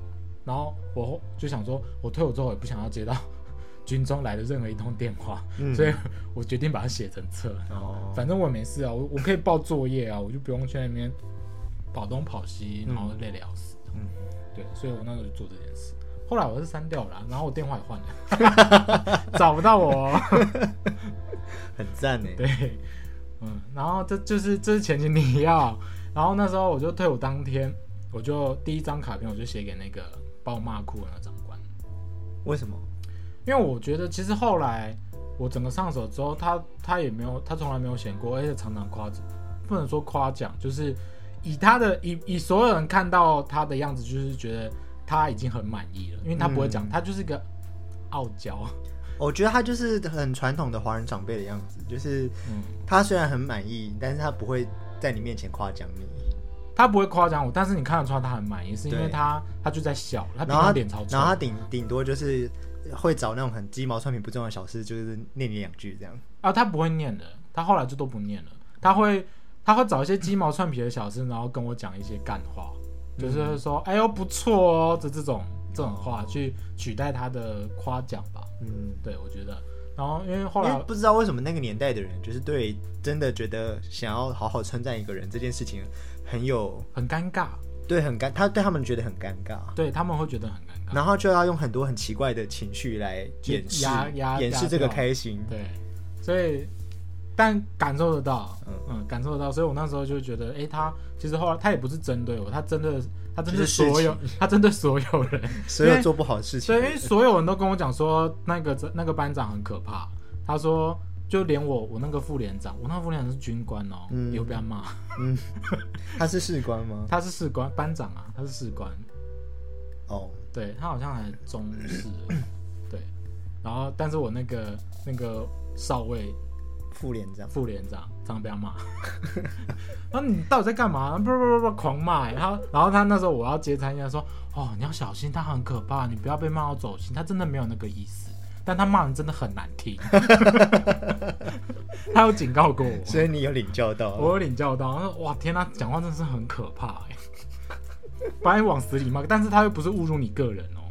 然后我后就想说，我退伍之后也不想要接到 <laughs> 军中来的任何一通电话，嗯所以我决定把它写成册。哦反正我也没事啊，我我可以报作业啊，我 <laughs> 就不用去那边跑东跑西，然后累得要死。嗯对，所以我那时候就做这件事。后来我是删掉了啊，然后我电话也换了， <laughs> 找不到我哦。很赞欸呢，对，嗯，然后这就是这是前情提要。然后那时候我就退伍当天，我就第一张卡片我就写给那个把我骂哭的那个长官，为什么？因为我觉得其实后来我整个上手之后，他他也没有他从来没有写过，而且常常夸，不能说夸奖，就是以他的以以所有人看到他的样子，就是觉得他已经很满意了，因为他不会嗯讲，他就是一个傲娇，我觉得他就是很传统的华人长辈的样子，就是嗯。他虽然很满意，但是他不会在你面前夸奖你。他不会夸奖我，但是你看得出来他很满意，是因为对他他就在笑，他平然后他常脸超臭然后，他顶顶多就是会找那种很鸡毛蒜皮不重要的小事，就是念你两句这样。啊，他不会念的，他后来就都不念了，他会他会找一些鸡毛蒜皮的小事，然后跟我讲一些干话，就是嗯会说、哎呦不错哦这这种这种话、去取代他的夸奖吧，嗯，对我觉得，然后因为后因来为不知道为什么那个年代的人，就是对真的觉得想要好好称赞一个人这件事情很有很尴尬，对很尴，他对他们觉得很尴尬，对他们会觉得很尴尬，然后就要用很多很奇怪的情绪来去掩饰压压掩饰压这个掉开心。对，所以但感受得到，嗯嗯感受得到，所以我那时候就觉得，哎、他其实后来他也不是针对我，他针对的他针对就是事所有，他针对所有人，所有做不好的事情对，因，为所有人都跟我讲说，那个那个班长很可怕。他说，就连我我那个副连长，我那个副连长是军官哦，嗯有被他骂。他是士官吗？他是士官班长啊，他是士官，哦，对他好像还中士了，对。然后，但是我那个那个少尉副连长。副连长常常被他骂。 <laughs> 然后你到底在干嘛？不不不不，狂骂、欸。然后，然后他那时候我要接参加说，哦，你要小心，他很可怕，你不要被骂到走心。他真的没有那个意思，但他骂人真的很难听。 <laughs> 他有警告过我，所以你有领教到，我有领教到。他说，哇，天呐，讲话真的是很可怕、欸，把你往死里骂。但是他又不是侮辱你个人哦。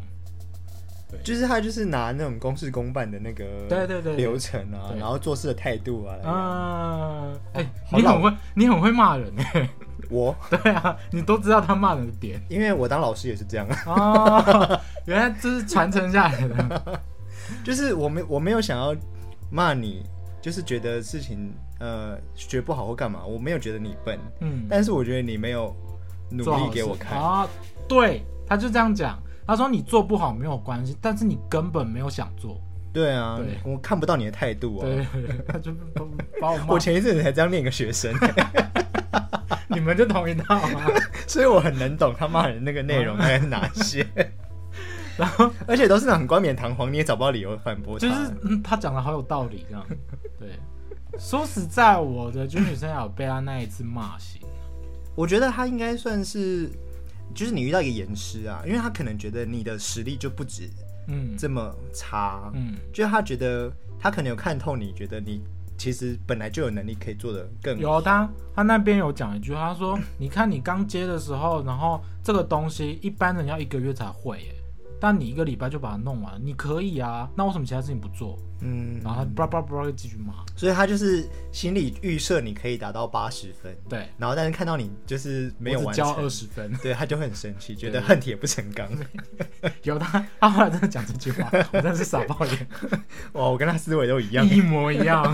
就是他就是拿那种公事公办的那个对对对对流程啊，对然后做事的态度啊。来嗯，哎、好你老很会，你很会骂人哎、我 <laughs> 对啊，你都知道他骂人的点。因为我当老师也是这样，哦， <laughs> 原来这是传承下来的。就是我没我没有想要骂你，就是觉得事情呃学不好或干嘛，我没有觉得你笨， <laughs> 嗯，但是我觉得你没有努做好力给我看，啊，对，他就这样讲。他说你做不好没有关系，但是你根本没有想做。对啊，对我看不到你的态度啊。对， <laughs> 他就把把我骂我。前一阵子才这样念一个学生， <laughs> 你们就同一啊套 <laughs> 吗？所以我很能懂他骂人那个内 <laughs> 容大概是哪些。然后，而且都是那种很冠冕堂皇，你也找不到理由反驳他。就是、嗯、他讲的好有道理，这样。对，说实在，我的军旅生涯有被他那一次骂醒。我觉得他应该算是，就是你遇到一个严师啊，因为他可能觉得你的实力就不止嗯这么差，嗯，就他觉得他可能有看透你，觉得你其实本来就有能力可以做得更好。有他，他那边有讲一句话，他说：“你看你刚接的时候，然后这个东西一般人要一个月才会，耶，但你一个礼拜就把它弄完，你可以啊，那为什么其他事情不做？”嗯，然后他叭叭叭叭继续骂，所以他就是心里预设你可以达到八十分，对，然后但是看到你就是没有我完只交成二，十分。对，他就会很生气，觉得对恨铁不成钢。有他，他后来真的讲这句话，我真的是傻爆眼， <laughs> 哇，我跟他思维都一 <laughs> 样。一模一样。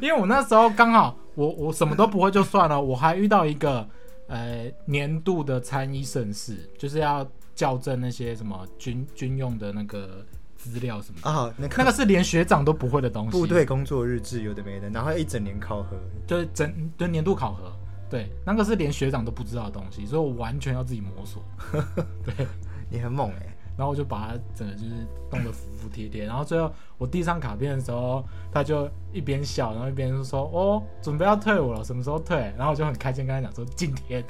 因为我那时候刚好，我我什么都不会就算了，我还遇到一个呃年度的参议盛事，就是要校正那些什么军军用的那个资料什么的。啊，那个那个是连学长都不会的东西。部队工作日志有的没的，然后一整年考核，就是整就年度考核，对，那个是连学长都不知道的东西，所以我完全要自己摸索。 <laughs> 你很猛哎、然后我就把它整个就是弄得服服帖帖，然后最后我递上卡片的时候，他就一边笑，然后一边就说：“哦，准备要退伍了，什么时候退？”然后我就很开心跟他讲说：“今 <laughs> 天。”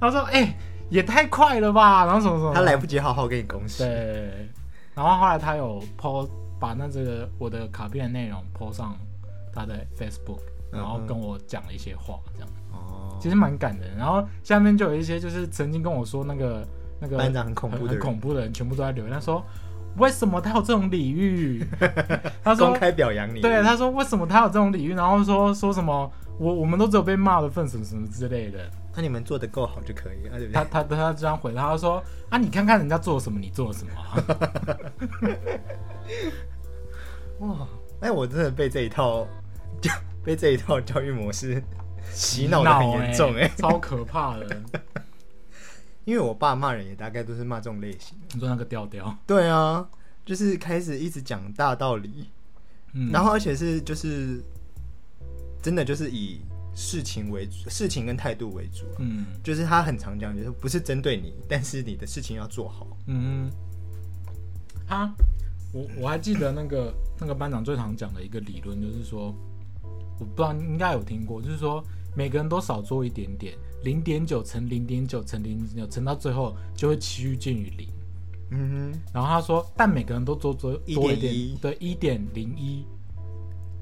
他说：“哎、也太快了吧！”然后什么什么，他来不及好好给你恭喜。啊对，然后后来他有 po 把那这个我的卡片的内容 po 上他的 Facebook，然后嗯哼跟我讲了一些话，这样哦，其实蛮感人。然后下面就有一些就是曾经跟我说那个那个班长很恐怖的很人恐怖的人，全部都在留言，他说为什么他有这种 <laughs> 礼遇？他公说开表扬你。对，他说为什么他有这种礼遇？然后说说什么我我们都只有被骂的份，什么什么之类的。那你们做的够好就可以了，啊对不他对？他他这样回答，他说啊，你看看人家做了什么，你做了什么啊、 <laughs> 哇，哎，我真的被这一套 <laughs> 教被这一套 <laughs> 教育模式洗脑的欸很严重哎、超可怕的。因为我爸骂人也大概都是骂这种类型。你说那个调调，对啊，就是开始一直讲大道理，嗯，然后而且是就是真的就是以事情为主，事情跟态度为主啊、嗯就是他很常讲，就是不是针对你，但是你的事情要做好。嗯，他，我我还记得那个那个班长最常讲的一个理论，就是说，我不知道你应该有听过，就是说每个人都少做一点点，零点九乘零点九乘零点九乘到最后就会趋近于零。嗯哼，然后他说，但每个人都做做多一1.1点，对，一点零一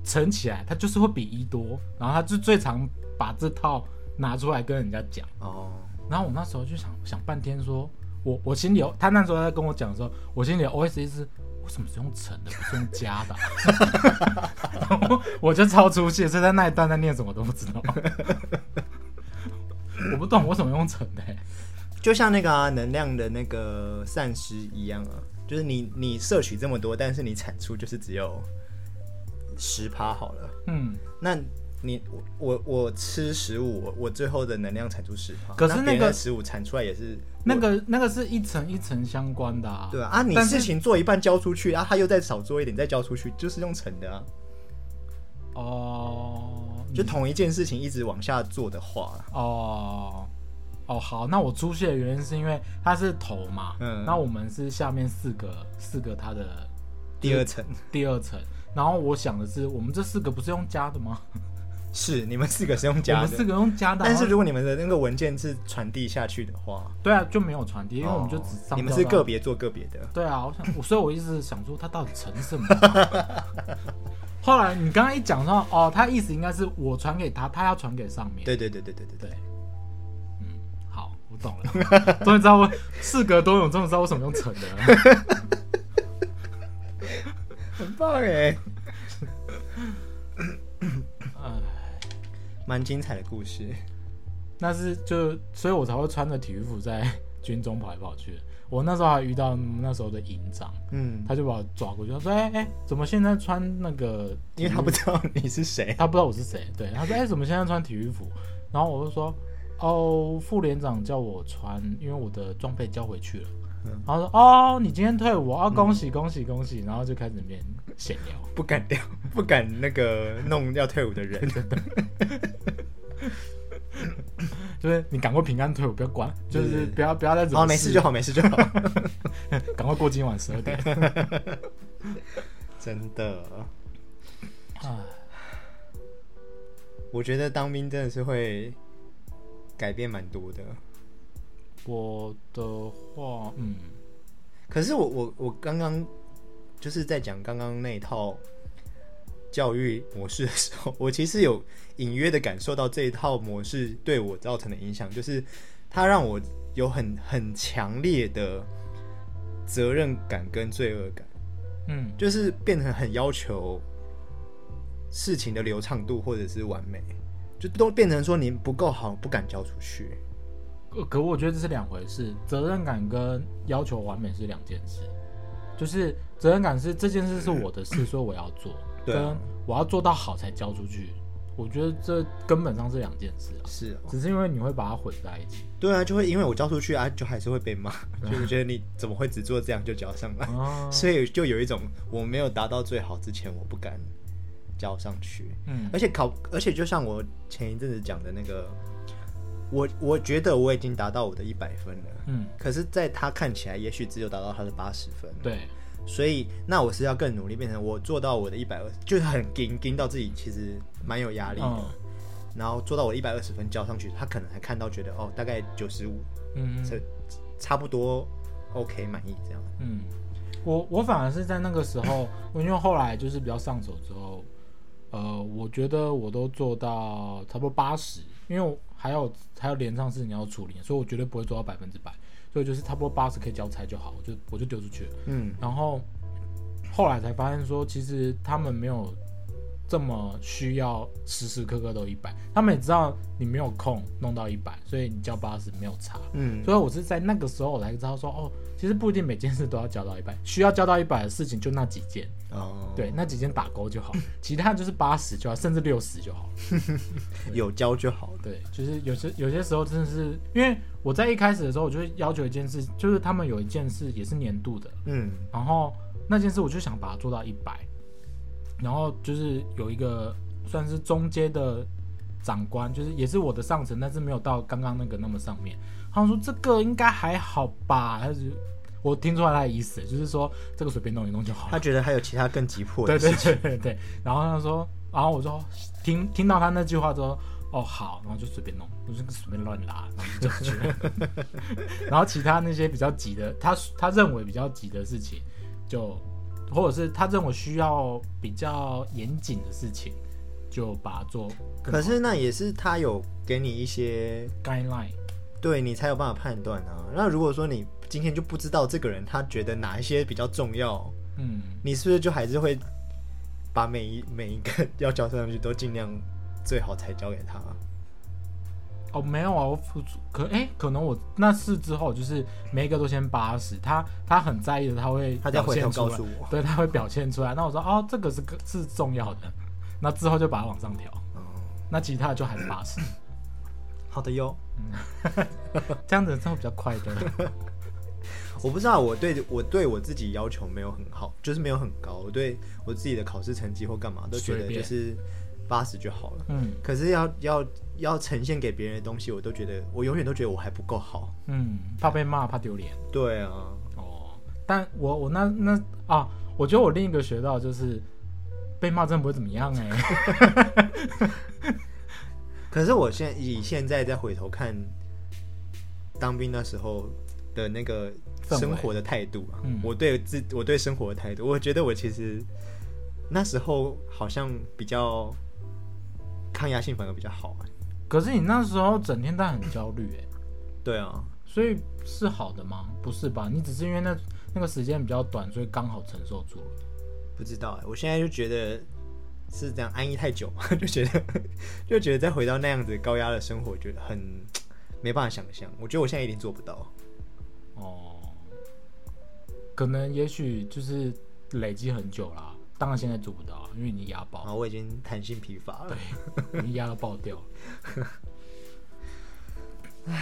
乘起来，它就是会比一多。然后他就最常把这套拿出来跟人家讲。哦，然后我那时候就想想半天说，我我心里有他那时候在跟我讲的时候，我心里有 OS 是为什么是用乘的，不是用加的 <laughs> 啊、然后我就超出戏，所以在那一段在念什么都不知道。我不懂为什么用乘的欸、就像那个、啊、能量的那个散失一样啊，就是你你摄取这么多，但是你产出就是只有十趴好了。嗯，那你我我我吃食物，我我最后的能量产出十趴，可是那个食物产出来也是那个那个是一层一层相关的啊。对啊，啊你但事是情做一半交出去，啊他又再少做一点再交出去，就是用乘的啊，哦，就同一件事情一直往下做的话，哦哦，好，那我出现的原因是因为他是头嘛，嗯那我们是下面四个四个他的第二层第二层，然后我想的是，我们这四个不是用加的吗？是你们四个是用我加们四的，个用加的啊，但是如果你们的那个文件是传递下去的话，对啊，就没有传递，因为我们就只哦上你们交是到个别做个别的，对啊，我想，我所以我一直想说他到底成什么 <laughs> 啊、后来你刚刚一讲说，哦，他意思应该是我传给他，他要传给上面。对对对对对对对对，嗯，好，我懂了， <laughs> 终于知道我事隔多有终于知道为什么用成的了。 <laughs> 很棒哎，呃，蛮精彩的故事。那是就，所以我才会穿着体育服在军中跑来跑去。我那时候还遇到那时候的营长，嗯，他就把我抓过去，他说：“哎、哎、怎么现在穿那个？因为他不知道你是谁， <laughs> 他不知道我是谁。”对，他说：“哎、怎么现在穿体育服？”然后我就说：“哦，副连长叫我穿，因为我的装备交回去了。”嗯然后说：“哦，你今天退伍啊，恭喜恭喜恭喜！”然后就开始面闲聊。不敢掉，不敢那个弄要退伍的人。 <laughs> 就是你赶快平安退伍，不要管，就是不要不要再惹嗯哦，没事就好，没事就好。 <laughs> 赶快过今晚十 <laughs> 二点。真的，啊，我觉得当兵真的是会改变蛮多的。我的话，嗯，可是我我我刚刚就是在讲刚刚那一套教育模式的时候， <laughs> 我其实有隐约的感受到这一套模式对我造成的影响，就是它让我有很很强烈的责任感跟罪恶感，嗯就是变成很要求事情的流畅度或者是完美，就都变成说你不够好不敢交出去。可呃可我觉得这是两回事，责任感跟要求完美是两件事。就是责任感是这件事是我的事，所以我要做， <clears throat> 对啊跟我要做到好才交出去。我觉得这根本上是两件事啊，是哦，只是因为你会把它混在一起。对啊，就会因为我交出去啊，就还是会被骂， <laughs> 就是觉得你怎么会只做这样就交上来， <laughs> 啊，所以就有一种我没有达到最好之前，我不敢交上去。嗯而且考，而且就像我前一阵子讲的那个，我我觉得我已经达到我的一百分了，嗯，可是在他看起来，也许只有达到他的八十分。对，所以那我是要更努力，变成我做到我的一百二，就是很盯盯到自己其实蛮有压力的，嗯然后做到我一百二十分交上去，他可能还看到觉得哦，大概九十五，嗯，这差不多 OK 满意这样。嗯，我我反而是在那个时候，因为后来就是比较上手之后，呃，我觉得我都做到差不多八十，因为我还有还有连上事情要处理，所以我绝对不会做到百分之百，所以就是差不多八十可以交差就好，我就我就丢出去了。嗯，然后后来才发现说，其实他们没有这么需要时时刻刻都一百，他们也知道你没有空弄到一百，所以你交八十没有差。嗯，所以我是在那个时候我才知道说，哦，其实不一定每件事都要交到一百，需要交到一百的事情就那几件，哦，对，，那几件打勾就好，其他就是八十就好，甚至六十就好了。有交就好了。对，就是有些有些时候真的是，因为我在一开始的时候，我就会要求一件事，就是他们有一件事也是年度的，嗯然后那件事我就想把它做到一百，然后就是有一个算是中阶的长官，就是也是我的上层，但是没有到刚刚那个那么上面。他说这个应该还好吧，他就是我听出来他的意思，就是说这个随便弄一弄就好他了。觉得还有其他更急迫对的事对情。对对对，然后他说，然后我就听听到他那句话之后，哦好，然后就随便弄，我就随便乱拉，然后就走去 <laughs> 了。然后其他那些比较急的，他他认为比较急的事情，就或者是他认为需要比较严谨的事情，就把它做更好。可是那也是他有给你一些 guideline 对你才有办法判断啊。那如果说你今天就不知道这个人他觉得哪一些比较重要，嗯，你是不是就还是会把每一每一个 <laughs> 要交上去都尽量最好才交给他？哦，没有啊，我付出可哎、可能我那次之后就是每一个都先八十，他他很在意的，他会他再表回现头出告来诉我。对，他会表现出来。那我说哦，这个是个是重要的，那之后就把它往上调。哦那其他的就还是八十，好的哟，嗯这样子生活比较快乐。我不知道我对我对我自己要求没有很好，就是没有很高。我对我自己的考试成绩或干嘛都觉随得便就是八十就好了。嗯可是要要要呈现给别人的东西，我都觉得我永远都觉得我还不够好。嗯，怕被骂，怕丢脸。对啊，哦，但我我那那啊，我觉得我另一个学到就是被骂真的不会怎么样哎、可是我现在以现在再回头看当兵那时候的那个氛围生活的态度啊，嗯我对自我对生活的态度，我觉得我其实那时候好像比较抗压性反而比较好、啊。 <laughs> 可是你那时候整天在很焦虑哎、对啊，所以是好的吗？不是吧？你只是因为那那个时间比较短，所以刚好承受住了。不知道、欸，我现在就觉得是这样安逸太久嘛， <laughs> 就觉得就觉得再回到那样子高压的生活，觉得很没办法想象。我觉得我现在一定做不到。哦，可能也许就是累积很久啦，当然现在做不到，因为你压爆啊，，我已经弹性疲乏了。你压到爆掉。啊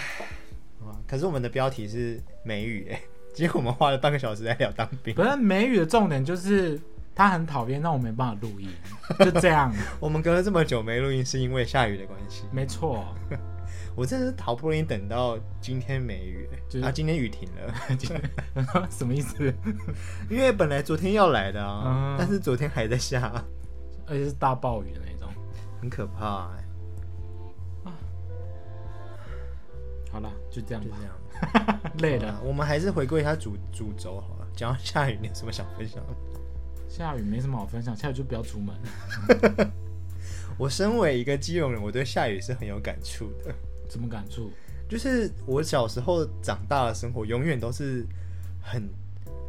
可是我们的标题是美语哎、 <laughs> 结果我们花了半个小时在聊当兵。 <laughs> 不是美语的重点就是他很讨厌，让我没办法 <laughs> 录音，就这样，我们隔了这么久没录音，是因为下雨的关系。没错， <laughs> 我真的是好不容易等到今天没雨、欸，就是啊，今天雨停了， <laughs> 什么意思？因为本来昨天要来的啊，嗯但是昨天还在下，而且是大暴雨的那种。很可怕、欸。好了，就这样就吧，这样，累好啦了，我们还是回归一下主主轴好了。讲到下雨，你有什么想分享的？下雨没什么好分享，下雨就不要出门。我身为一个基隆人，我对下雨是很有感触的。什么感触？就是我小时候长大的生活，永远都是很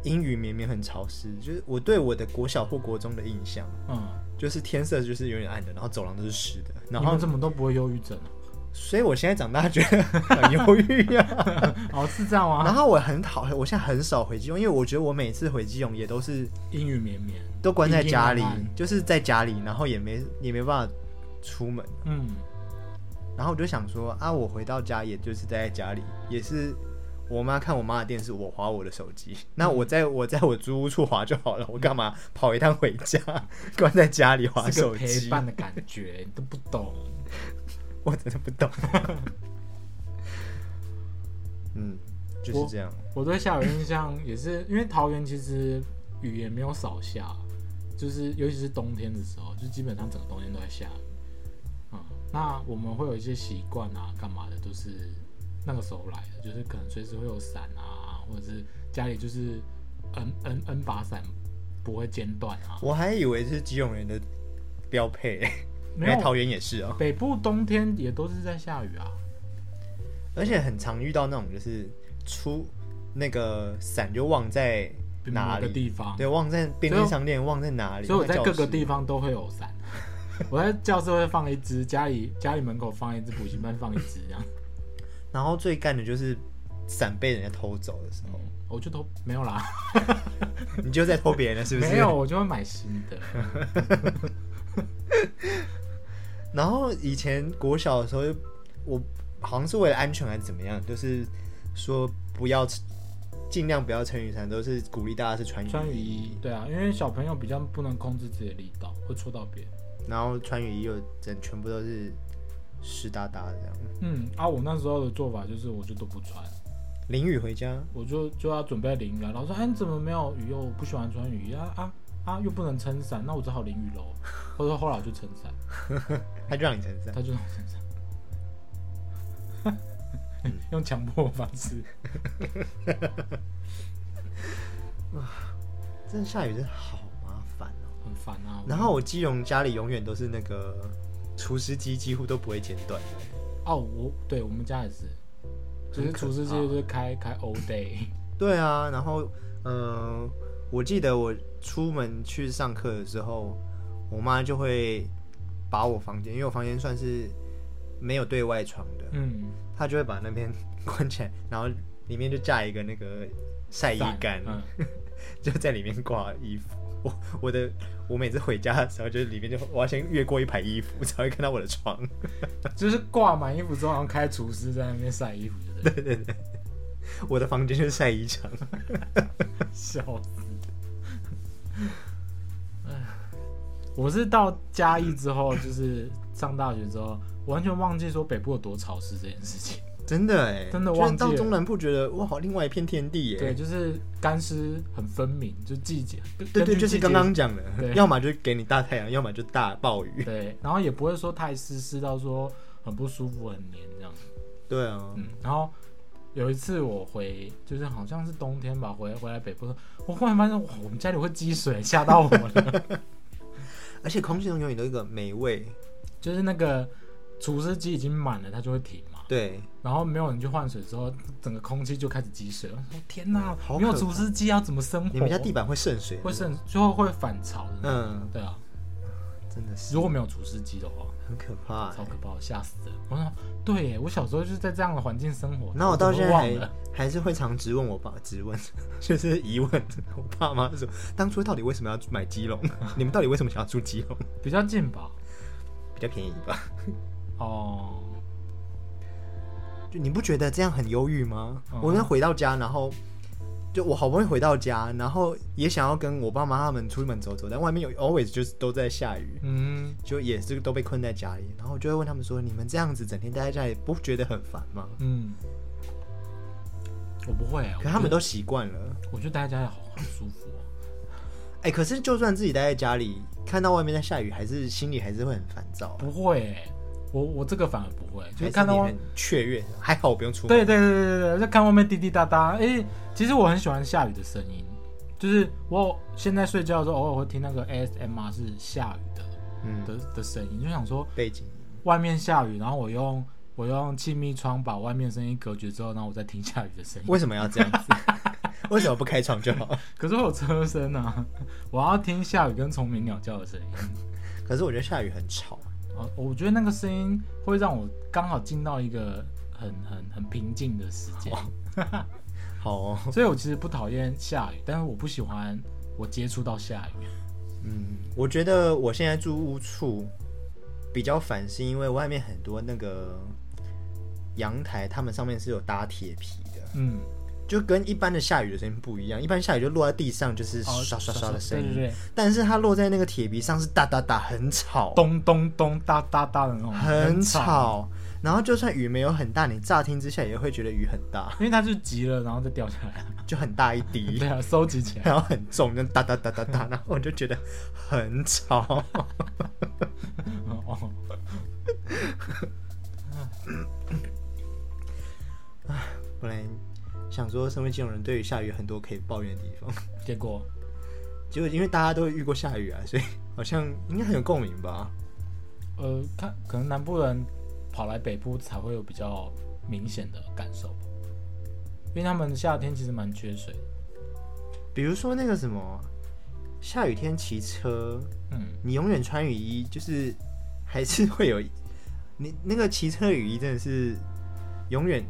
阴雨绵绵、很潮湿。就是我对我的国小或国中的印象，嗯，就是天色就是永远暗的，然后走廊都是湿的。然你们后，怎么都不会忧郁症啊？所以我现在长大觉得很忧郁啊。 <laughs> 哦，是这样然吗？后我很讨厌，我现在很少回基隆，因为我觉得我每次回基隆也都是阴雨绵绵，都关在家里阴阴暗暗，就是在家里，然后也没也没办法出门。嗯，然后我就想说啊，我回到家也就是待在家里，也是我妈看我妈的电视，我划我的手机。嗯那我在我在我租屋处划就好了，我干嘛跑一趟回家，关在家 <laughs> 里划是个手陪机？伴的感觉，你都不懂。我真的不懂。嗯，就是这样。 <laughs> 我对下雨印象也是因为桃园其实雨也没有少下，就是尤其是冬天的时候，就基本上整个冬天都在下雨。嗯，那我们会有一些习惯啊，干嘛的都是那个时候来的，就是可能随时会有伞啊，或者是家里就是 n n n 把伞不会间断啊。我还以为是基隆人的标配，没原来有，桃园也是哦、北部冬天也都是在下雨啊。而且很常遇到那种就是出那个伞就忘在哪某个里，地方？对，忘在便利商店，啊忘在哪里，所以我在忘各教个室地方都会有 <laughs> 伞。我在教室会放一只，家里家里门口放一只，补习班放一只，这样。然后最干的就是伞被人家偷走的时候， <laughs> 我就都没有啦，你就在偷别人了，是不是？没有，。我就会买新的。然后以前国小的时候，我好像是为了安全还是怎么样，就是说不要尽量不要撑雨伞，都是鼓励大家是穿雨衣，穿雨衣，对啊，因为小朋友比较不能控制自己的力道，会戳到别人。然后穿雨衣又整全部都是湿哒哒的这样。嗯，啊，我那时候的做法就是，我就都不穿，淋雨回家，我就就要准备淋雨啊。老师说，哎、你怎么没有雨衣？我不喜欢穿雨衣啊啊啊，又不能撑伞，那我只好淋雨喽。我说后来我就撑伞，他就让你撑伞，他就让我撑伞。嗯 <laughs> 用强迫的方式。真的下雨真的好麻烦哦。很烦啊。然后我基隆家里永远都是那个除湿机，几乎都不会间断。哦，我对我们家也是，就是很可厨师机怕就是开开 all <laughs> day，对啊，然后嗯、呃我记得我出门去上课的时候，我妈就会把我房间，因为我房间算是没有对外窗的，嗯，她就会把那边关起来，然后里面就架一个那个晒衣杆，嗯，就在里面挂衣服。我我的我每次回家的时候，就是里面就我要先越过一排衣服，才会看到我的床。 <laughs> 就是挂满衣服之后，然后开厨师在那边晒衣服，对不对？我的房间就是晒衣场。 <laughs> 笑死！唉我是到嘉义之后，就是上大学之后，完全忘记说北部有多潮湿这件事情。真的哎、真的就是忘记到了中南部觉得哇，好另外一片天地耶、 <laughs> 对，就是干湿很分明，就季节。对根对，据就是季节刚刚讲的 <laughs> 对，要么就给你大太阳，要么就大暴雨。对，然后也不会说太湿湿到说很不舒服、很黏这样。对啊，嗯，然后有一次我回，就是好像是冬天吧，回回来北部，我忽然发现哇，我们家里会积水，吓到我 <laughs> 了。而且空气中永远都有一个霉味。就是那个除湿机已经满了，它就会停嘛。对，然后没有人去换水之后，整个空气就开始积水。我说天哪，嗯好没有可怕除湿机要怎么生活？你们家地板会渗水？会渗，最后会反潮的。嗯，嗯，对啊，真的是如果没有除湿机的话，很可怕、超欸。可怕，吓死人。我说对耶，我小时候就是在这样的环境生活，然后我到怎现么在忘了。还还是会常质问我爸，质问 <laughs> 就是疑问我爸妈说，当初到底为什么要买基隆？ <laughs> 你们到底为什么想要住基隆？比较近吧。比较便宜吧？哦，就你不觉得这样很忧郁吗？嗯我那回到家，然后就我好不容易回到家，然后也想要跟我爸妈他们出门走走，但外面有 always 就是都在下雨，嗯，就也是都被困在家里。然后我就会问他们说：“你们这样子整天待在家里，不觉得很烦吗嗯，我不会耶，？”可他们都，都习惯了。我觉得待在家里好好舒服哦。哎、可是就算自己待在家里，看到外面在下雨，还是心里还是会很烦躁、啊。不会耶，我我这个反而不会，还就是是看到你外很雀跃，还好我不用出门。对对对对对，就看外面滴滴答答。哎、其实我很喜欢下雨的声音，就是我现在睡觉的时候偶尔会听那个 ASMR 是下雨的嗯，的的声音，就想说背景音外面下雨，然后我用我用气密窗把外面声音隔绝之后，然后我再听下雨的声音。为什么要这 <laughs> 样子？为什么不开窗就好？可是会有车声啊， <laughs> 我要听下雨跟虫鸣鸟叫的声音。可是我觉得下雨很吵。哦，我觉得那个声音会让我刚好进到一个很很很平静的时间。哦好哦，所以我其实不讨厌下雨，但是我不喜欢我接触到下雨。嗯，我觉得我现在住屋处比较烦，是因为外面很多那个阳台，他们上面是有搭铁皮的，嗯，就跟一般的下雨的声音不一样。一般下雨就落在地上，就是哦刷刷刷的声对音，对对，但是它落在那个铁皮上是哒哒哒，很吵，咚咚咚哒哒哒的那种，很吵，吵。然后就算雨没有很大，你乍听之下也会觉得雨很大， <laughs> 因为它就急了，然后再掉下来，就很大一滴对，啊，收集起来，然后很重，就哒哒哒哒哒，然后我就觉得很吵。哦，本来想说，身为金融人，对于下雨有很多可以抱怨的地方， <laughs> 结果结果因为大家都会遇过下雨啊，所以好像应该很有共鸣吧。呃，看可能南部人跑来北部才会有比较明显的感受吧，因为他们夏天其实蛮缺水的，比如说那个什么，下雨天骑车，嗯，你永远穿雨衣，就是还是会有你那个骑车雨衣真的是永远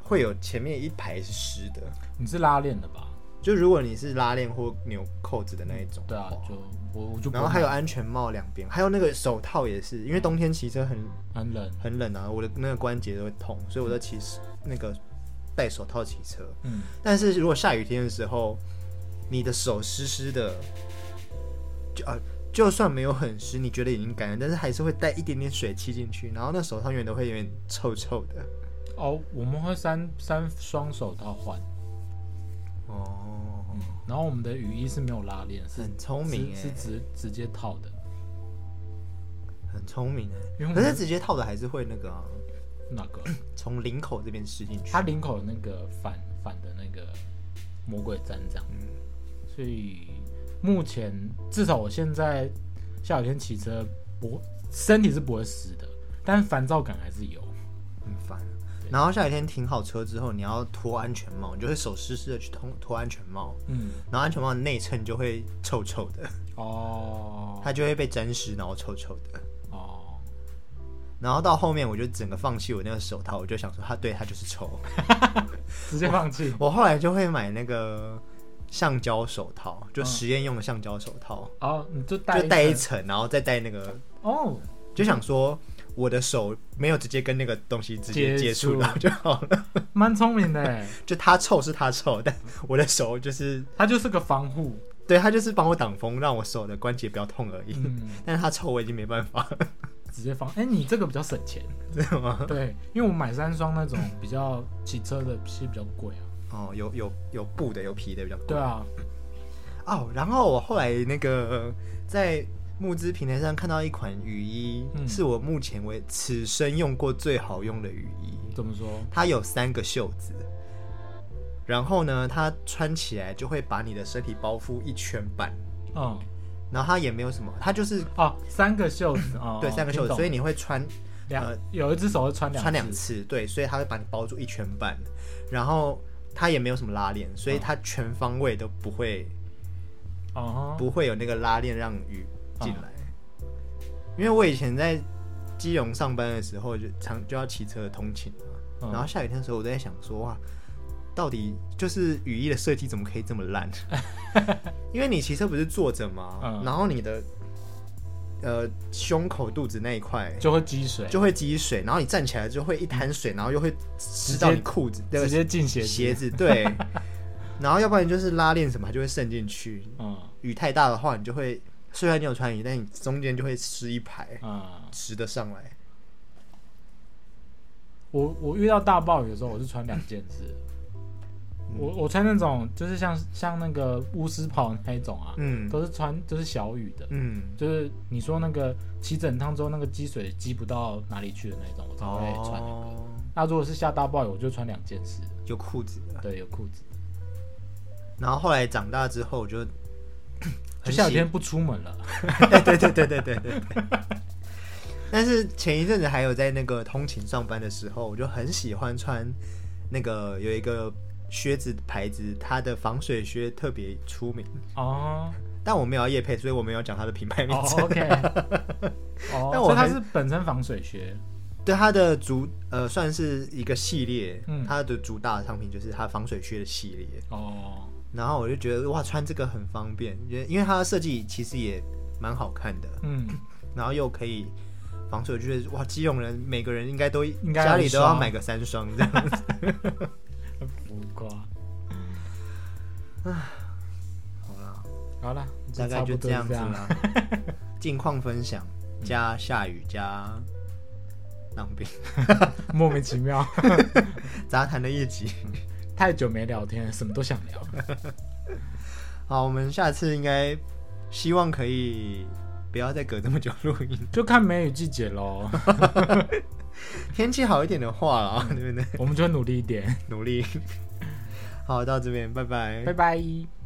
会有前面一排是湿的。你是拉链的吧？就如果你是拉链或扭扣子的那一种，对啊，就我我就不然后还有会安全帽两边，还有那个手套也是，因为冬天骑车很很冷，很冷啊，我的那个关节都会痛，所以我在骑那个戴手套骑车。嗯，但是如果下雨天的时候，你的手湿湿的，就啊，就算没有很湿，你觉得已经感染，但是还是会带一点点水汽进去，然后那手套永远都会有点臭臭的。哦，我们会三三双手套换。哦，然后我们的雨衣是没有拉链，是很聪明哎、是是直直接套的。很聪明哎、因为我可们是直接套的还是会那个啊、那 <clears throat> 个从领口这边吃进去他。领口那个反反的那个魔鬼毡这样，嗯所以目前至少我现在下雨天骑车不身体是不会湿的，但烦躁感还是有。很烦。然后下雨天停好车之后，你要脱安全帽，你就会手湿湿的去脱脱安全帽，嗯，然后安全帽的内衬就会臭臭的，哦它就会被沾湿，然后臭臭的。哦，然后到后面，我就整个放弃我那个手套，我就想说，它对它就是臭。直接放弃。我后来就会买那个橡胶手套，就实验用的橡胶手套，哦，你就戴就戴一层层，然后再戴那个，哦，就想说我的手没有直接跟那个东西直接接触接触到就好了。蛮聪明的，就它臭是它臭，但我的手就是它就是个防 <laughs> 护。对，它就是帮我挡风，让我手的关节不要痛而已。嗯，但是它臭，我已经没办法了，直接防。哎、你这个比较省钱。真的吗？ <laughs> 对，因为我买三双那种比较骑车的，其实比较贵啊。哦，有有有布的，有皮的比较贵。对啊，哦，然后我后来那个在募资平台上看到一款雨衣，嗯是我目前为此生用过最好用的雨衣。怎么说？它有三个袖子，然后呢，它穿起来就会把你的身体包覆一圈半，嗯，然后它也没有什么，它就是哦，三个 <laughs> 袖子哦，对三个袖子，所以你你会穿两、呃有一只手会穿两穿两次次，对，所以它会把你包住一圈半，然后它也没有什么拉链，嗯所以它全方位都不会哦不会有那个拉链让雨啊进来。因为我以前在基隆上班的时候，就常就要骑车通勤嘛，嗯然后下雨天的时候，我都在想说哇，到底就是雨衣的设计怎么可以这么 <laughs> 烂？因为你骑车不是坐着嘛，嗯然后你的呃胸口肚子那一块。就会积水，就会积水，然后你站起来就会一滩水，然后又会湿到你裤子、那个直接进鞋鞋子，对。然后要不然就是拉链什么，它就会渗进去，嗯雨太大的话，你就会虽然你有穿雨衣，但你中间就会湿一排，嗯，湿的上来。我我遇到大暴雨的时候，我是穿两件事。嗯我我穿那种就是像像那个巫师袍那一种啊，嗯都是穿就是小雨的，嗯，就是你说那个骑整趟之后那个积水积不到哪里去的那一种，我才会穿那个。哦，那如果是下大暴雨，我就穿两件事，有裤子的。对，有裤子。然后后来长大之后，我 <coughs> 就就很下喜雨天不出门了，对对对对对对对。 <laughs> 但是前一阵子还有在那个通勤上班的时候，我就很喜欢穿那个有一个靴子牌子，它的防水靴特别出名， <laughs> 哦，但我没有要夜配，所以我没有讲它的品牌名 <laughs> 哦称。 ，OK，哦，但所我以它还是本身防水靴，对它的主呃算是一个系列，嗯它的主打的商品就是它防水靴的系列。哦，然后我就觉得哇，穿这个很方便，因为因为它的设计其实也蛮好看的，嗯，然后又可以防水靴，哇，基隆人每个人应该都 <laughs> 应该有家里都一要双买个三双这样。很浮夸。好啦，好了，大概差就不这多这样子了。啦。近况分享加下雨加浪兵 <laughs> 莫名其妙， <laughs> 杂谈的一集。太久没聊天，什么都想聊。好，我们下次应该希望可以不要再隔这么久录音。就看梅雨季节喽，天气好一点的话啦， <laughs> 对不对？ <laughs> 我们就努力一点，努力。好，到这边，拜拜拜。拜。